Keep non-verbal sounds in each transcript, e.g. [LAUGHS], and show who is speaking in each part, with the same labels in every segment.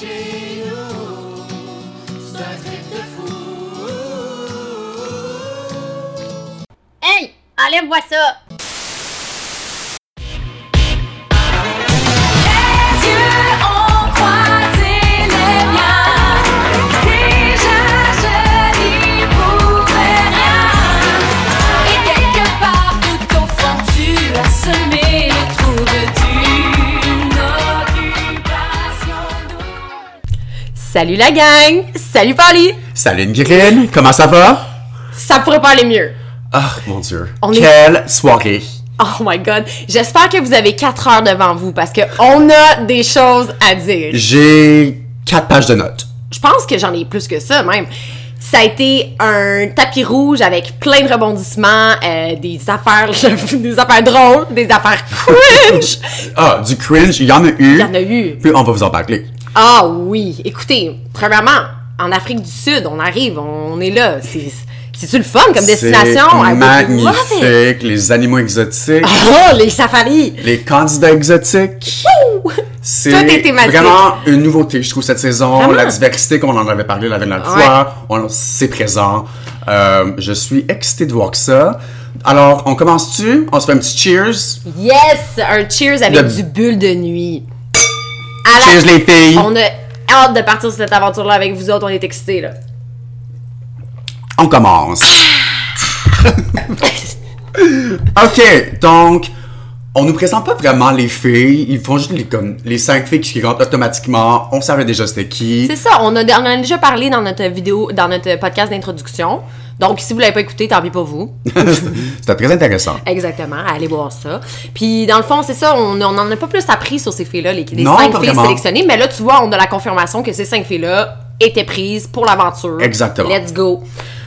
Speaker 1: chez nous. C'est un trip de fou.
Speaker 2: Hey! Enlève-moi ça!
Speaker 3: Les yeux ont croisé les miens. Déjà je n'y pouvais rien. Et quelque part tout au fond tu as semé le trouble d'une occupation douce.
Speaker 4: Salut la gang! Salut Polly!
Speaker 5: Salut Green, comment ça va?
Speaker 4: Ça pourrait pas aller mieux.
Speaker 5: Ah, mon Dieu.
Speaker 4: On est-
Speaker 5: Quelle soirée.
Speaker 4: Oh my god! J'espère que vous avez 4 heures devant vous parce que on a des choses à dire.
Speaker 5: J'ai quatre pages de notes.
Speaker 4: Je pense que j'en ai plus que ça même. Ça a été un tapis rouge avec plein de rebondissements, euh, des affaires, [LAUGHS] des affaires drôles, des affaires [LAUGHS] cringe.
Speaker 5: Ah, du cringe, il y en a eu.
Speaker 4: Il y en a eu.
Speaker 5: Puis on va vous en parler.
Speaker 4: Ah oui, écoutez, premièrement, en Afrique du Sud, on arrive, on est là. C'est- C'est-tu le fun comme destination? I
Speaker 5: C'est
Speaker 4: would love it.
Speaker 5: magnifique. Les animaux exotiques,
Speaker 4: Oh, les safaris!
Speaker 5: les candidats exotiques.
Speaker 4: Tout est
Speaker 5: C'est
Speaker 4: thématique.
Speaker 5: vraiment une nouveauté, je trouve, cette saison.
Speaker 4: Vraiment.
Speaker 5: La diversité qu'on en avait parlé la dernière
Speaker 4: Ouais.
Speaker 5: fois, on- c'est présent. Euh, je suis excitée de voir ça. Alors, on commence-tu? On se fait un petit cheers?
Speaker 4: Yes! Un cheers avec
Speaker 5: Le-
Speaker 4: du bulle de nuit. À la-
Speaker 5: Cheers, les filles!
Speaker 4: On a hâte de partir sur cette aventure-là avec vous autres, on est excités, là.
Speaker 5: On
Speaker 4: [LAUGHS]
Speaker 5: commence. ok, donc on nous présente pas vraiment les filles, ils font juste les comme les cinq filles qui rentrent automatiquement. On savait déjà c'était qui.
Speaker 4: C'est ça, on, a, on en a déjà parlé dans notre vidéo, dans notre podcast d'introduction. Donc, si vous l'avez pas écouté, tant pis
Speaker 5: [LAUGHS]
Speaker 4: pour vous.
Speaker 5: C'était très intéressant.
Speaker 4: Exactement, allez voir ça. Puis, dans le fond, c'est ça, on n'en a pas plus appris sur ces filles-là, les, les
Speaker 5: Non,
Speaker 4: cinq
Speaker 5: pas
Speaker 4: filles
Speaker 5: vraiment.
Speaker 4: sélectionnées. Mais là, tu vois, on a la confirmation que ces cinq filles-là étaient prises pour l'aventure.
Speaker 5: Exactement.
Speaker 4: Let's go.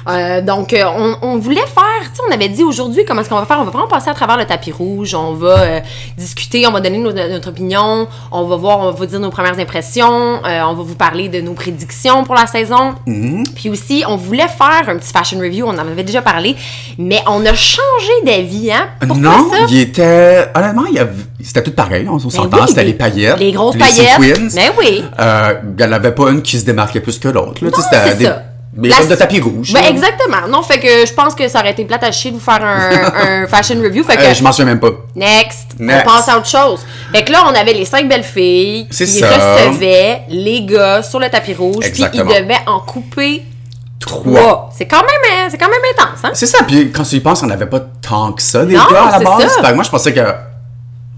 Speaker 4: Euh, donc, euh, on, on voulait faire, tu sais, on avait dit aujourd'hui comment est-ce qu'on va faire. On va vraiment passer à travers le tapis rouge, on va euh, discuter, on va donner nos- notre opinion, on va voir, on va vous dire nos premières impressions, euh, on va vous parler de nos prédictions pour la saison.
Speaker 5: Mm-hmm.
Speaker 4: Puis aussi, on voulait faire un petit fashion review, on en avait déjà parlé, mais on a changé d'avis, hein? Pourquoi
Speaker 5: non,
Speaker 4: ça?
Speaker 5: il était honnêtement, il y avait- c'était tout pareil, on, on
Speaker 4: Ben
Speaker 5: s'entend,
Speaker 4: oui,
Speaker 5: c'était
Speaker 4: des-
Speaker 5: les paillettes,
Speaker 4: Les grosses
Speaker 5: les
Speaker 4: paillettes.
Speaker 5: sequins.
Speaker 4: Mais oui.
Speaker 5: Euh, il n'y en avait pas une qui se démarquait plus que l'autre. là, tu sais,
Speaker 4: c'est
Speaker 5: c'était des-
Speaker 4: ça.
Speaker 5: des
Speaker 4: La-
Speaker 5: sortes de tapis rouges.
Speaker 4: Ben,
Speaker 5: là.
Speaker 4: exactement. Non, fait que je pense que ça aurait été plate à chier de vous
Speaker 5: [LAUGHS]
Speaker 4: faire un, un fashion review. Fait que
Speaker 5: Euh, je m'en souviens même pas.
Speaker 4: Next.
Speaker 5: Next.
Speaker 4: On passe à autre chose. Fait que là, on avait les cinq belles filles qui
Speaker 5: C'est ça.
Speaker 4: recevaient les gars sur le tapis rouge.
Speaker 5: Exactement.
Speaker 4: Puis ils devaient en couper trois. C'est quand même, hein, c'est quand même intense, hein?
Speaker 5: C'est ça, puis quand tu y penses, on n'avait pas tant que ça, les
Speaker 4: Non,
Speaker 5: gars, à
Speaker 4: c'est
Speaker 5: la base.
Speaker 4: ça.
Speaker 5: Fait que moi, je pensais que.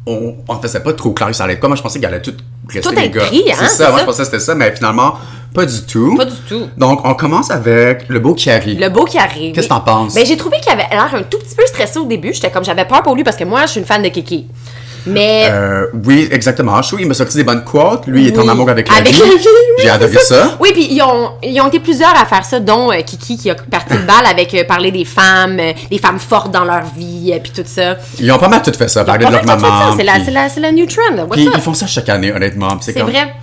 Speaker 5: On, on faisait pas trop clair que ça allait être quoi. Moi, je pensais qu'il allait tout rester
Speaker 4: Tout
Speaker 5: les
Speaker 4: être
Speaker 5: gars.
Speaker 4: pris, hein,
Speaker 5: c'est
Speaker 4: c'est
Speaker 5: ça, moi,
Speaker 4: ça.
Speaker 5: je pensais que c'était ça, mais finalement, pas du tout.
Speaker 4: Pas du tout.
Speaker 5: Donc, on commence avec le beau qui arrive.
Speaker 4: Le beau qui arrive.
Speaker 5: Qu'est-ce que t'en penses?
Speaker 4: Ben, j'ai trouvé qu'il avait l'air un tout petit peu stressé au début. J'étais comme, j'avais peur pour lui parce que moi, je suis une fan de Kiki. Mais.
Speaker 5: Euh, oui, exactement. Je trouve qu'il m'a sorti des bonnes quotes. Lui, il est en
Speaker 4: Oui.
Speaker 5: amour avec la
Speaker 4: Avec
Speaker 5: vie.
Speaker 4: la vie, oui,
Speaker 5: J'ai adoré ça.
Speaker 4: Oui, puis ils ont, ils ont été plusieurs à faire ça, dont euh, Kiki qui a parti de balle avec euh, parler des femmes, euh, des femmes fortes dans leur vie, euh, puis tout ça.
Speaker 5: Ils ont pas mal tout fait ça, parler de leur
Speaker 4: Pas mal tout ça,
Speaker 5: maman.
Speaker 4: C'est la,
Speaker 5: puis-
Speaker 4: c'est la, c'est la new trend. là. What's
Speaker 5: puis
Speaker 4: up?
Speaker 5: ils font ça chaque année, honnêtement. puis
Speaker 4: C'est
Speaker 5: comme-
Speaker 4: vrai.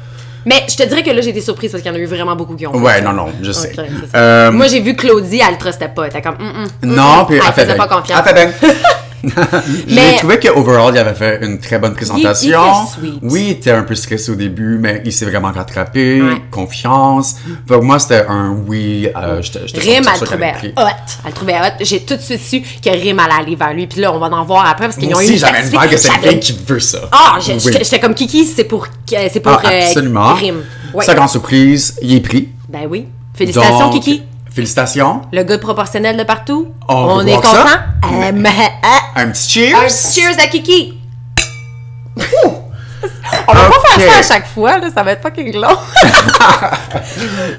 Speaker 4: Mais je te dirais que là, j'ai été surprise parce qu'il y en a eu vraiment beaucoup qui ont fait
Speaker 5: Ouais,
Speaker 4: ça.
Speaker 5: non, non, je
Speaker 4: Ok,
Speaker 5: sais.
Speaker 4: c'est ça.
Speaker 5: Euh,
Speaker 4: Moi, j'ai vu Claudie, elle le trustait pas. Elle était comme, hum, hum, hum,
Speaker 5: Non,
Speaker 4: hum.
Speaker 5: puis
Speaker 4: elle
Speaker 5: fait
Speaker 4: faisait pas
Speaker 5: bien.
Speaker 4: confiance.
Speaker 5: Elle
Speaker 4: [LAUGHS]
Speaker 5: fait bien.
Speaker 4: Mais-
Speaker 5: J'ai trouvé que overall, il avait fait une très bonne présentation.
Speaker 4: Il- il était sweet.
Speaker 5: oui, il était un peu stressé au début, mais il s'est vraiment rattrapé.
Speaker 4: Ouais.
Speaker 5: Confiance. Pour moi, c'était un oui. Euh, j'étais- j'étais
Speaker 4: Rime, Oh,
Speaker 5: sûre
Speaker 4: elle
Speaker 5: qu'elle
Speaker 4: le
Speaker 5: allait
Speaker 4: trouvait
Speaker 5: le prix.
Speaker 4: hot. Elle le trouvait hot. J'ai tout de suite su que Rime allait aller vers lui. Puis là, on va en voir après parce qu'ils
Speaker 5: Moi
Speaker 4: ont eu
Speaker 5: aussi,
Speaker 4: une
Speaker 5: j'avais une
Speaker 4: petite
Speaker 5: vague de
Speaker 4: fille.
Speaker 5: cette
Speaker 4: J'avais-
Speaker 5: fille qui veut ça.
Speaker 4: Ah, j'ai-
Speaker 5: Oui.
Speaker 4: j'étais j'étais comme Kiki, c'est pour, euh, c'est pour
Speaker 5: Ah,
Speaker 4: euh,
Speaker 5: absolument.
Speaker 4: Rime. Ouais.
Speaker 5: Sa grande surprise, il est pris.
Speaker 4: Ben oui. Félicitations,
Speaker 5: Donc,
Speaker 4: Kiki.
Speaker 5: Félicitations.
Speaker 4: Le gars proportionnel de partout.
Speaker 5: On veut
Speaker 4: est
Speaker 5: voir
Speaker 4: content.
Speaker 5: ça.
Speaker 4: Euh, mais- ah,
Speaker 5: Un petit cheers.
Speaker 4: Un cheers à Kiki! On va pas faire ça à chaque fois, là, ça va être fucking
Speaker 5: [LAUGHS]
Speaker 4: long.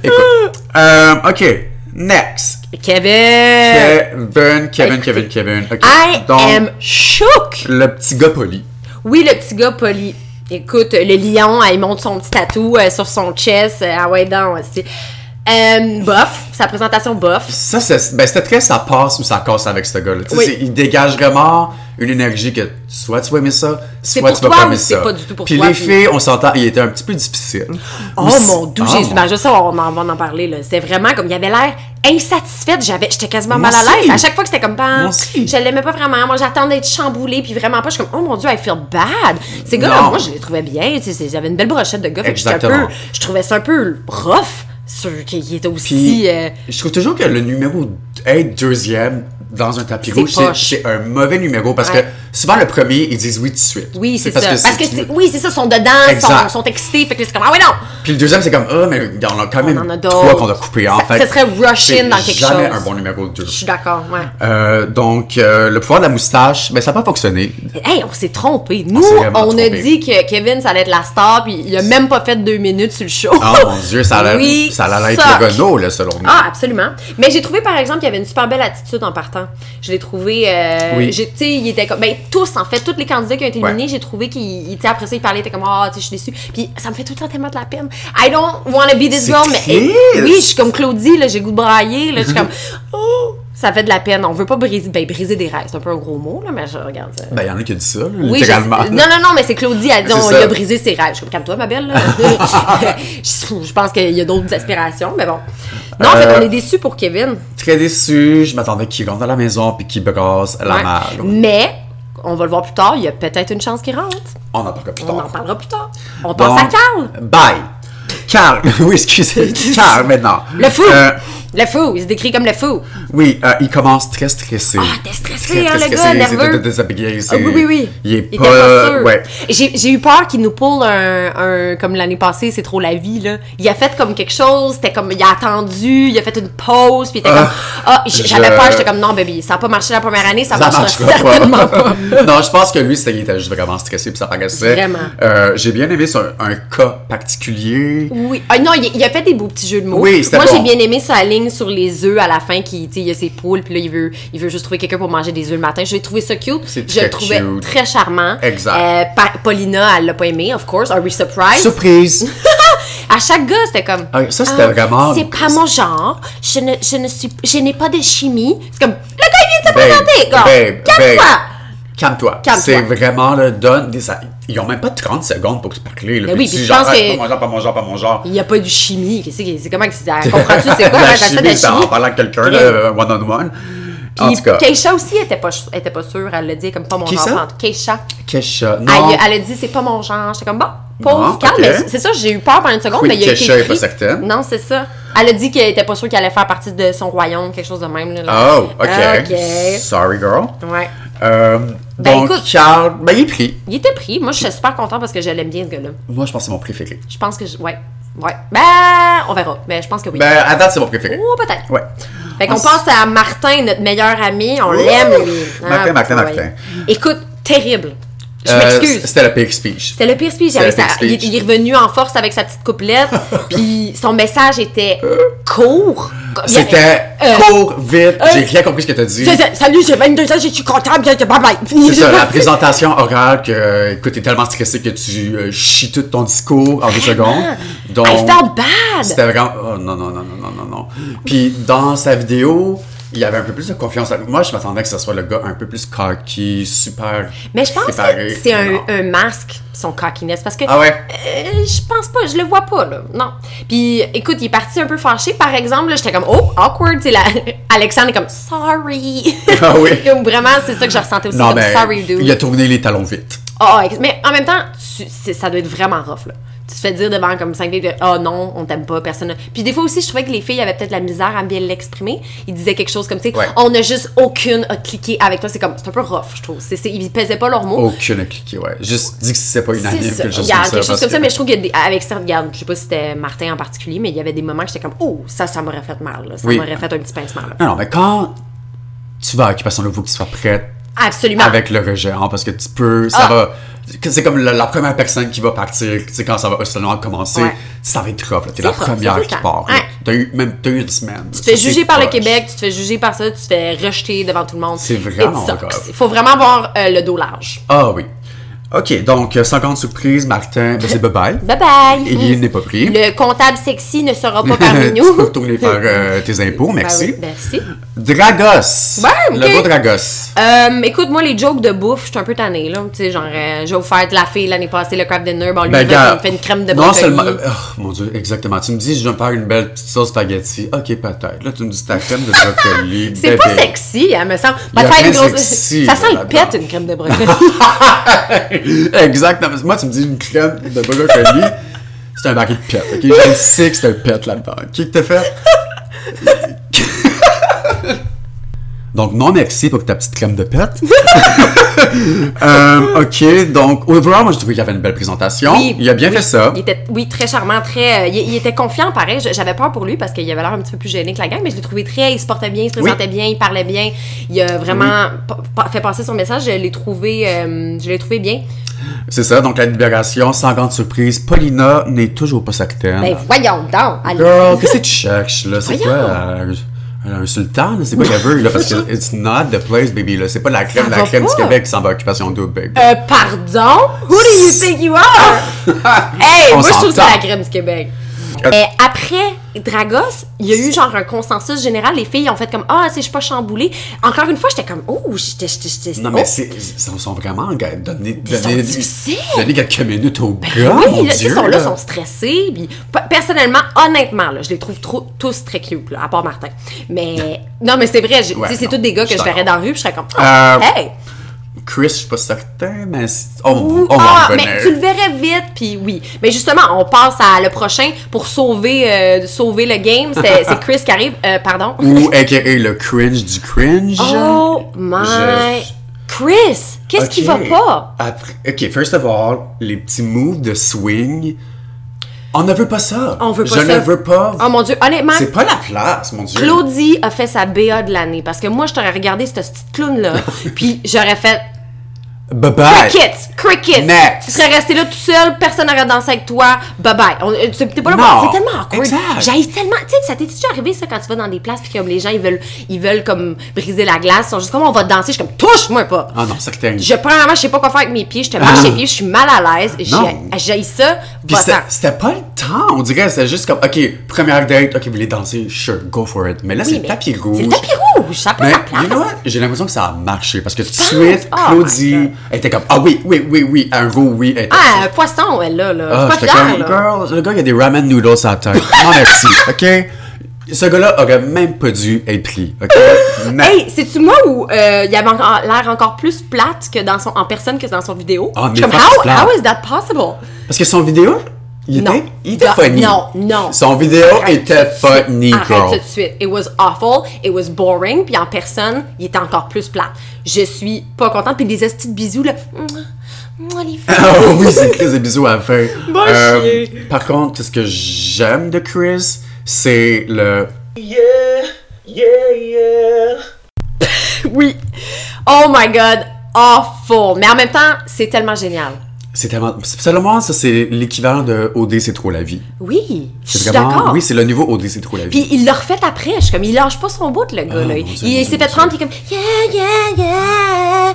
Speaker 5: Écoute. Euh, OK. Next.
Speaker 4: Kevin!
Speaker 5: Kevin, Kevin, Kevin, Kevin. OK.
Speaker 4: Euh, I
Speaker 5: Donc,
Speaker 4: am shook!
Speaker 5: le petit gars poli.
Speaker 4: Oui, le petit gars poli. Écoute, le lion, elle, il monte son petit tatou euh, sur son chest. euh, ah ouais, donc, c'est- Euh, bof, sa présentation bof.
Speaker 5: Ça, c'est- ben, c'était très ça passe ou ça casse avec ce gars-là. Tu sais,
Speaker 4: Oui.
Speaker 5: c'est- Il dégage vraiment une énergie que soit tu vas aimer ça, soit
Speaker 4: pour
Speaker 5: tu vas
Speaker 4: toi
Speaker 5: pas
Speaker 4: ou
Speaker 5: aimer
Speaker 4: c'est
Speaker 5: ça.
Speaker 4: pas du tout pour
Speaker 5: puis
Speaker 4: toi,
Speaker 5: les
Speaker 4: puis-
Speaker 5: filles, on s'entend, il était un petit peu difficile.
Speaker 4: Oh
Speaker 5: Aussi-
Speaker 4: mon dieu,
Speaker 5: Ah,
Speaker 4: Jésus,
Speaker 5: mon-
Speaker 4: ben, je sais, on en va en parler là. C'est vraiment comme il avait l'air insatisfaite. J'avais, j'étais quasiment
Speaker 5: Moi
Speaker 4: mal à l'aise.
Speaker 5: aussi.
Speaker 4: À chaque fois que c'était comme, ben,
Speaker 5: Moi aussi.
Speaker 4: je l'aimais pas vraiment. Moi, j'attendais d'être chamboulée, puis vraiment pas. Je suis comme, oh mon dieu, I feel bad. Ces gars-là,
Speaker 5: Non.
Speaker 4: moi, je les trouvais bien. Tu sais, c'est- j'avais une belle brochette de gars. Fait que j'étais un
Speaker 5: Exactement.
Speaker 4: peu, je trouvais ça un peu rough, ceux qui qui étaient aussi.
Speaker 5: Puis,
Speaker 4: euh,
Speaker 5: je trouve toujours que le numéro être deuxième dans un tapis
Speaker 4: C'est
Speaker 5: rouge, c'est-
Speaker 4: poche.
Speaker 5: c'est un mauvais numéro parce
Speaker 4: Ouais.
Speaker 5: que souvent le premier, ils disent oui tout de suite.
Speaker 4: oui, c'est ça. Parce que,
Speaker 5: c'est-
Speaker 4: c'est- oui, c'est ça, ils sont dedans,
Speaker 5: Exact.
Speaker 4: sont, sont excités. Fait que c'est comme, ah oui, non!
Speaker 5: Puis le deuxième, c'est comme, ah, mais on a quand même
Speaker 4: On en a d'autres.
Speaker 5: trois qu'on a coupé. En
Speaker 4: Ça-
Speaker 5: fait,
Speaker 4: ça serait rush
Speaker 5: C'est
Speaker 4: in dans quelque
Speaker 5: jamais
Speaker 4: chose.
Speaker 5: un bon numéro 2.
Speaker 4: Je suis d'accord, ouais.
Speaker 5: donc, euh, le pouvoir de la moustache, ben, ça n'a pas fonctionné.
Speaker 4: Hey, on s'est trompé. Nous,
Speaker 5: s'est
Speaker 4: on,
Speaker 5: vraiment
Speaker 4: a
Speaker 5: trompé.
Speaker 4: dit que Kevin, ça allait être la star, puis il a même pas fait deux minutes sur le show.
Speaker 5: Oh mon dieu, ça a l'air
Speaker 4: Oui,
Speaker 5: ça a l'air
Speaker 4: suck.
Speaker 5: être le Renault, là, selon nous.
Speaker 4: Ah, absolument. Mais j'ai trouvé, par exemple, qu'il y avait une super belle attitude en partant. Je l'ai trouvé. Euh,
Speaker 5: Oui.
Speaker 4: j'ai- Tu sais, il était comme. Ben, tous, en fait, tous les candidats qui ont été
Speaker 5: Ouais.
Speaker 4: éliminés, j'ai trouvé qu'ils. tu sais, Après ça, ils parlaient, ils étaient comme, ah, tu sais, je suis déçue. Puis ça me fait tout le temps tellement de la peine. I don't wanna be this
Speaker 5: C'est
Speaker 4: girl, mais.
Speaker 5: triste.
Speaker 4: eh, oui, je suis comme Claudie, là, j'ai le goût de brailler, là. Je suis
Speaker 5: [LAUGHS]
Speaker 4: comme, oh, ça fait de la peine. On veut pas briser. Ben, briser des rêves. C'est un peu un gros mot, là, mais je regarde ça.
Speaker 5: Ben, il y en a qui disent ça, là,
Speaker 4: Oui, je-
Speaker 5: littéralement.
Speaker 4: Non, non, non, mais c'est Claudie, elle dit,
Speaker 5: C'est
Speaker 4: on
Speaker 5: ça.
Speaker 4: lui a brisé ses rêves. Je suis comme, calme-toi,
Speaker 5: [LAUGHS]
Speaker 4: ma belle. là. je je pense qu'il y a d'autres aspirations, mais bon. Non, en fait,
Speaker 5: Euh,
Speaker 4: on est déçus pour Kevin.
Speaker 5: Très déçu, je m'attendais qu'il rentre à la maison puis qu'il brasse la
Speaker 4: Ouais.
Speaker 5: marge.
Speaker 4: Mais, on va le voir plus tard, il y a peut-être une chance qu'il rentre.
Speaker 5: On en parlera plus
Speaker 4: On en
Speaker 5: tard.
Speaker 4: parlera plus tard. On
Speaker 5: Bon,
Speaker 4: pense à Carl.
Speaker 5: Bye. Carl. [LAUGHS] Oui,
Speaker 4: [LAUGHS]
Speaker 5: excusez. Carl, maintenant.
Speaker 4: Le fou.
Speaker 5: Euh,
Speaker 4: Le fou, il se décrit comme le fou.
Speaker 5: oui, euh, il commence très stressé.
Speaker 4: Ah, t'es stressé,
Speaker 5: Très,
Speaker 4: hein,
Speaker 5: très
Speaker 4: le
Speaker 5: stressé,
Speaker 4: gars,
Speaker 5: il s'est
Speaker 4: nerveux.
Speaker 5: tout déshabillé,
Speaker 4: Ah
Speaker 5: c'est-
Speaker 4: oui, oui, oui.
Speaker 5: Il est
Speaker 4: était
Speaker 5: pas...
Speaker 4: sûr.
Speaker 5: ouais.
Speaker 4: J'ai j'ai eu peur qu'il nous pull un, un- comme l'année passée, c'est trop la vie, là. Il a fait comme quelque chose, c'était comme, il a attendu, il a fait une pause, puis il était
Speaker 5: Ah,
Speaker 4: comme, ah, j- j'avais
Speaker 5: je-
Speaker 4: peur, j'étais comme, non, baby, ça a pas marché la première année, ça,
Speaker 5: Ça
Speaker 4: marchera
Speaker 5: marchera
Speaker 4: certainement pas.
Speaker 5: pas. [LAUGHS] non, je pense que lui, c'était- il était juste vraiment stressé puis ça paraissait.
Speaker 4: Vraiment.
Speaker 5: Euh, J'ai bien aimé sur un, un cas particulier.
Speaker 4: Oui. Ah non, il, il a fait des beaux petits jeux de mots.
Speaker 5: Oui, c'était
Speaker 4: Moi,
Speaker 5: bon.
Speaker 4: j'ai bien aimé sa ligne sur les œufs à la fin, qui, tu sais, il y a ses poules, puis là, il veut, il veut juste trouver quelqu'un pour manger des œufs le matin. J'ai trouvé ça cute.
Speaker 5: C'est
Speaker 4: Je
Speaker 5: très
Speaker 4: le trouvais
Speaker 5: cute.
Speaker 4: très charmant.
Speaker 5: Exact.
Speaker 4: Euh, Pa- Paulina, elle l'a pas aimé, of course. Are we surprised?
Speaker 5: Surprise!
Speaker 4: [LAUGHS] À chaque gars, c'était comme.
Speaker 5: Ah, ça, c'était vraiment-
Speaker 4: C'est pas mon genre. Je ne, je ne suis, je n'ai pas de chimie. C'est comme. Le gars, il vient de se présenter, gars.
Speaker 5: babe,
Speaker 4: Calme-toi.
Speaker 5: babe. Ben, Calme-toi.
Speaker 4: Calme-toi.
Speaker 5: C'est vraiment le donne. des- ça- Ils ont même pas 30 secondes pour se parler. Là,
Speaker 4: Ben
Speaker 5: Puis
Speaker 4: oui,
Speaker 5: tu
Speaker 4: puis
Speaker 5: dis
Speaker 4: je
Speaker 5: genre,
Speaker 4: pense
Speaker 5: Hey, Pas
Speaker 4: que-
Speaker 5: mon genre, pas mon genre, pas mon genre.
Speaker 4: Il n'y a pas de chimie. Qu'est-ce que c'est? Comment
Speaker 5: [LAUGHS]
Speaker 4: que c'est? Comprends-tu? C'est quoi?
Speaker 5: la
Speaker 4: j'achète
Speaker 5: chimie, c'est en parlant à quelqu'un, là,
Speaker 4: Puis-
Speaker 5: euh, one-on-one. En tout cas,
Speaker 4: Keisha aussi elle était pas, elle était pas sûre, elle l'a dit comme pas mon
Speaker 5: Qui
Speaker 4: genre.
Speaker 5: ça?
Speaker 4: Pente. Keisha.
Speaker 5: Kesha.
Speaker 4: Elle,
Speaker 5: Non,
Speaker 4: elle a dit c'est pas mon genre. J'étais comme bon,
Speaker 5: Non,
Speaker 4: pauvre, calme.
Speaker 5: ok.
Speaker 4: Mais C'est ça, j'ai eu peur pendant une seconde,
Speaker 5: Queen
Speaker 4: mais il y a
Speaker 5: Keisha
Speaker 4: été
Speaker 5: est pas
Speaker 4: écrit-
Speaker 5: certaine.
Speaker 4: Non, c'est ça. Elle a dit qu'elle était pas sûre qu'elle allait faire partie de son royaume, quelque chose de même. Là, là.
Speaker 5: Oh, ok.
Speaker 4: Ah, Ok.
Speaker 5: Sorry, girl.
Speaker 4: Ouais.
Speaker 5: Euh,
Speaker 4: Ben,
Speaker 5: donc,
Speaker 4: écoute.
Speaker 5: Charles, ben, il est pris.
Speaker 4: Il était pris. Moi, je suis super content parce que je l'aime bien, ce gars-là.
Speaker 5: Moi, je pense que c'est mon préféré.
Speaker 4: Je pense que je. Ouais. Ouais. Ben, on verra. Mais je pense que oui.
Speaker 5: Ben, à date, c'est mon préféré.
Speaker 4: Oh, peut-être.
Speaker 5: Ouais. Euh,
Speaker 4: Fait qu'on
Speaker 5: On s-
Speaker 4: pense à Martin, notre meilleur ami. On
Speaker 5: Ouh!
Speaker 4: l'aime, lui.
Speaker 5: Martin, Martin, Martin.
Speaker 4: Écoute, terrible. Je
Speaker 5: Euh,
Speaker 4: m'excuse.
Speaker 5: C'était la pire speech.
Speaker 4: C'était le pire speech.
Speaker 5: C'était
Speaker 4: avec
Speaker 5: le pire
Speaker 4: sa-
Speaker 5: speech.
Speaker 4: Il, il est revenu en force avec sa petite couplette. puis son message était court. Il y avait-
Speaker 5: C'était
Speaker 4: Euh,
Speaker 5: court, vite. J'ai
Speaker 4: euh,
Speaker 5: rien compris ce que t'as dit.
Speaker 4: C'est ça. Salut, j'ai 22 ans, je suis comptable. je- je- Bye bye.
Speaker 5: C'est ça, la présentation orale que, euh, écoute, t'es tellement stressé que tu euh, chies tout ton discours en deux secondes.
Speaker 4: Ah!
Speaker 5: Donc,
Speaker 4: I felt bad.
Speaker 5: C'était vraiment. Oh non, non, non, non, non, non, non. Puis dans sa vidéo, il y avait un peu plus de confiance. Moi, je m'attendais que ce soit le gars un peu plus cocky, super.
Speaker 4: Mais je pense
Speaker 5: séparé.
Speaker 4: que c'est un,
Speaker 5: Non.
Speaker 4: un masque, son cockiness. Parce que
Speaker 5: Ah ouais?
Speaker 4: Euh, je pense pas, je le vois pas, là. Non. Puis, écoute, il est parti un peu fâché. Par exemple, là, j'étais comme, oh, awkward. C'est la... [LAUGHS] Alexandre est comme, sorry.
Speaker 5: Ah oui.
Speaker 4: [LAUGHS] Comme vraiment, c'est ça que je ressentais aussi.
Speaker 5: Non,
Speaker 4: comme,
Speaker 5: mais.
Speaker 4: sorry, dude.
Speaker 5: Il a tourné les talons vite.
Speaker 4: Ah, ex- mais en même temps, tu- c'est- ça doit être vraiment rough, là. Tu te fais dire devant comme 5 filles, ah oh non, on t'aime pas, personne. n'a- Puis des fois aussi, je trouvais que les filles avaient peut-être la misère à bien l'exprimer. Ils disaient quelque chose comme, tu sais,
Speaker 5: Ouais.
Speaker 4: on n'a juste aucune à cliquer avec toi. C'est comme, c'est un peu rough, je trouve. C'est, c'est- ils pesaient pas leurs mots.
Speaker 5: Aucune a cliqué, ouais. Juste dit que c'est pas
Speaker 4: C'est
Speaker 5: unanime,
Speaker 4: ça.
Speaker 5: quelque chose
Speaker 4: Il y a
Speaker 5: comme ça.
Speaker 4: quelque chose
Speaker 5: parce
Speaker 4: comme ça,
Speaker 5: que-
Speaker 4: mais je trouve qu'avec ça, regarde, je sais pas si c'était Martin en particulier, mais il y avait des moments que j'étais comme, oh, ça, ça m'aurait fait mal, là. ça
Speaker 5: Oui.
Speaker 4: m'aurait fait un petit pincement. là.
Speaker 5: Non, non, mais quand tu vas à Occupation Nouveau, que tu sois prête
Speaker 4: Absolument.
Speaker 5: avec le rejet, hein, parce que tu peux, ça
Speaker 4: Ah.
Speaker 5: va. que C'est comme la, la première personne qui va partir, tu sais, quand ça va seulement commencer,
Speaker 4: Ouais.
Speaker 5: ça va être rough, là. T'es
Speaker 4: C'est
Speaker 5: la
Speaker 4: rough, c'est
Speaker 5: première
Speaker 4: tout
Speaker 5: qui
Speaker 4: le
Speaker 5: part.
Speaker 4: temps.
Speaker 5: là.
Speaker 4: Ouais.
Speaker 5: T'as eu même t'as eu une semaine.
Speaker 4: Tu te fais juger par le Québec, tu te fais juger par ça, tu te fais rejeter devant tout le monde.
Speaker 5: C'est
Speaker 4: It
Speaker 5: vraiment
Speaker 4: sucks.
Speaker 5: grave.
Speaker 4: Il faut vraiment avoir euh, le dos large.
Speaker 5: Ah oui. OK, donc, euh, sans grande surprise, Martin, ben, c'est bye-bye.
Speaker 4: [LAUGHS] Bye bye!
Speaker 5: Et il n'est pas pris. [LAUGHS]
Speaker 4: Le comptable sexy ne sera pas parmi
Speaker 5: tu peux
Speaker 4: nous.
Speaker 5: retourner faire euh, tes impôts,
Speaker 4: Ben
Speaker 5: merci.
Speaker 4: oui, merci.
Speaker 5: Dragos!
Speaker 4: Ouais, ok.
Speaker 5: Le beau Dragos.
Speaker 4: Euh, écoute, moi, les jokes de bouffe, je suis un peu tannée, là. Tu sais, genre, euh, j'ai offert de la fille l'année passée, le crab dinner, bon, lui, il me fait une crème de
Speaker 5: Ben, Non
Speaker 4: brocoli.
Speaker 5: seulement. euh, oh, mon dieu, exactement. Tu me dis, je vais me faire une belle petite sauce spaghetti. Ok, peut-être. Là, tu me dis ta crème
Speaker 4: [LAUGHS]
Speaker 5: de brocoli.
Speaker 4: C'est pas
Speaker 5: bébé.
Speaker 4: sexy, elle me semble.
Speaker 5: Eh Il y a
Speaker 4: Peut-être
Speaker 5: rien
Speaker 4: une grosse- [LAUGHS]
Speaker 5: sexy,
Speaker 4: ça sent
Speaker 5: là,
Speaker 4: le pète,
Speaker 5: là-dedans.
Speaker 4: une crème de brocoli.
Speaker 5: [LAUGHS] Exactement. Moi, tu me dis une crème de brocoli, c'est un baril de pète. Ok, je le sais que c'est un pète là-dedans. Qui que t'as fait? [LAUGHS] Donc, non merci pour ta petite crème de pète. [LAUGHS] Euh, ok, donc, overall, moi, je trouvais qu'il y avait une belle présentation.
Speaker 4: Oui,
Speaker 5: il a bien fait ça.
Speaker 4: il était, oui, très charmant, très. euh, il, il était confiant, pareil. Je- J'avais peur pour lui parce qu'il avait l'air un petit peu plus gêné que la gang, mais je l'ai trouvé très. Il se portait bien, il se présentait bien, il parlait bien. Il a vraiment pa- pa- fait passer son message. Je l'ai trouvé, euh, je l'ai trouvé bien.
Speaker 5: C'est ça, donc la libération, sans grande surprise, Paulina n'est toujours pas sectaire.
Speaker 4: Ben voyons donc. allez.
Speaker 5: Girl, qu'est-ce que tu cherches, là? C'est quoi?
Speaker 4: Voyons.
Speaker 5: euh, Un, un sultan, là? C'est quoi qu'elle veut, là? Parce
Speaker 4: [LAUGHS]
Speaker 5: que it's not the place, baby, là. C'est pas la crème,
Speaker 4: Ça
Speaker 5: la
Speaker 4: va
Speaker 5: crème
Speaker 4: pas.
Speaker 5: du Québec qui s'en va à occupation double, baby.
Speaker 4: Euh, pardon? Who do you think you are?
Speaker 5: [LAUGHS]
Speaker 4: hey,
Speaker 5: On
Speaker 4: moi, je trouve ça la
Speaker 5: s'entend.
Speaker 4: crème du Québec.
Speaker 5: Euh,
Speaker 4: Euh, après Dragos, il y a eu genre un consensus général. Les filles ont fait comme Ah, tu sais, je suis pas chamboulée. Encore une fois, j'étais comme Oh, j'étais. j'étais- j'étais-
Speaker 5: non, mais
Speaker 4: oh.
Speaker 5: c'est, ils sont- sont vraiment ga- donner,
Speaker 4: sont
Speaker 5: donner,
Speaker 4: difficiles. Ben
Speaker 5: donner quelques minutes au gars, mon
Speaker 4: Oui, là, tu sais,
Speaker 5: Dieu,
Speaker 4: ils sont
Speaker 5: là.
Speaker 4: là, ils sont stressés. puis pe- personnellement, honnêtement, là, je les trouve trop- tous très cute, là, à part Martin. Mais non, mais c'est vrai, j'ai- tu
Speaker 5: Ouais,
Speaker 4: sais, c'est
Speaker 5: non,
Speaker 4: tous des gars
Speaker 5: je
Speaker 4: que
Speaker 5: suis
Speaker 4: je verrais dans
Speaker 5: d'accord.
Speaker 4: la rue, puis je serais comme, oh,
Speaker 5: Euh,
Speaker 4: hey!
Speaker 5: Chris, je suis pas certain, mais c'est- on,
Speaker 4: Ou-
Speaker 5: on va
Speaker 4: ah,
Speaker 5: en revenir.
Speaker 4: mais tu le verrais vite, puis oui. Mais justement, on passe à le prochain pour sauver, euh, sauver le game.
Speaker 5: [LAUGHS]
Speaker 4: C'est c'est Chris qui arrive. Euh, pardon.
Speaker 5: Ou aka le cringe du cringe.
Speaker 4: Oh my.
Speaker 5: Je-
Speaker 4: Chris, qu'est-ce qui va
Speaker 5: Ok.
Speaker 4: pas?
Speaker 5: Après- ok, first of all, les petits moves de swing, on ne veut pas ça.
Speaker 4: On veut pas
Speaker 5: Je
Speaker 4: ça.
Speaker 5: ne veux pas.
Speaker 4: Oh mon dieu, honnêtement,
Speaker 5: C'est pas la place, mon dieu.
Speaker 4: Claudie a fait sa BA de l'année parce que moi, je t'aurais regardé cette petite
Speaker 5: [LAUGHS]
Speaker 4: clown-là, puis j'aurais fait
Speaker 5: Bye bye.
Speaker 4: Crickets, crickets.
Speaker 5: Next.
Speaker 4: Tu serais resté là tout seul, personne n'aurait dansé avec toi. Bye bye. On- euh, tu- T'es pas là. pour-
Speaker 5: Non.
Speaker 4: C'est tellement awkward.
Speaker 5: Exact.
Speaker 4: J'haïs tellement. Tu sais, ça t'est déjà arrivé ça quand tu vas dans des places puis comme les gens ils veulent, ils veulent comme briser la glace. Ils sont juste comme on va danser. Je suis comme touche-moi pas.
Speaker 5: Ah non, certainement.
Speaker 4: Je premièrement, je sais pas quoi faire avec mes pieds. Je te marche les pieds. Je suis mal à l'aise.
Speaker 5: Non.
Speaker 4: J'ai- J'haïs ça.
Speaker 5: Puis
Speaker 4: Va-t'en.
Speaker 5: c'était- c'était pas le temps, on dirait, c'était juste comme, ok, première date, ok, vous voulez danser, sure, go for it. Mais là,
Speaker 4: Oui,
Speaker 5: c'est le
Speaker 4: mais
Speaker 5: tapis rouge.
Speaker 4: C'est le tapis rouge. Ça prend
Speaker 5: Mais,
Speaker 4: sa place.
Speaker 5: you know what? J'ai l'impression que ça a marché parce que tout de
Speaker 4: penses?
Speaker 5: suite,
Speaker 4: Oh my
Speaker 5: Claudie
Speaker 4: God.
Speaker 5: était comme, ah oui, oui, oui, oui, un gros oui. elle était-
Speaker 4: ah, un poisson, elle là, là.
Speaker 5: Ah,
Speaker 4: je suis
Speaker 5: j'étais
Speaker 4: pas fière,
Speaker 5: comme,
Speaker 4: là.
Speaker 5: girl, le gars, il y a des ramen noodles à la tête. Non, merci, ok? Ce gars-là aurait même pas dû être pris, ok? Mais-
Speaker 4: Hey, c'est-tu moi où euh, il avait encore- l'air encore plus plate que dans son, en personne que dans son vidéo?
Speaker 5: Ah, mais
Speaker 4: Je suis
Speaker 5: pas plus
Speaker 4: how,
Speaker 5: plate.
Speaker 4: how is that possible?
Speaker 5: Parce que son vidéo, il était,
Speaker 4: Non.
Speaker 5: il était
Speaker 4: Non,
Speaker 5: funny.
Speaker 4: non, non.
Speaker 5: Son vidéo
Speaker 4: Arrête
Speaker 5: était
Speaker 4: tout de suite.
Speaker 5: funny,
Speaker 4: Arrête
Speaker 5: girl. [LAUGHS]
Speaker 4: tout de suite. It was awful, it was boring, puis en personne, il était encore plus plate. Je suis pas contente, puis des petits bisous, là. Moi,
Speaker 5: [LAUGHS]
Speaker 4: les filles.
Speaker 5: oh oui, c'est Chris et bisous à la fin. Euh,
Speaker 4: Bon chier.
Speaker 5: Par contre, ce que j'aime de Chris, c'est le.
Speaker 4: Oui. Oh my God, awful. Mais en même temps, c'est tellement génial.
Speaker 5: C'est tellement. Seulement, ça, c'est l'équivalent de OD, c'est trop la vie.
Speaker 4: Oui, je suis
Speaker 5: C'est vraiment.
Speaker 4: d'accord.
Speaker 5: Oui, c'est le niveau OD, c'est trop la vie.
Speaker 4: Puis il l'a refait après. Je suis comme, il lâche pas son bout, le gars, là.
Speaker 5: mon Dieu, mon
Speaker 4: Il- il
Speaker 5: Dieu,
Speaker 4: s'est
Speaker 5: mon
Speaker 4: fait prendre, il est comme, yeah, yeah, yeah.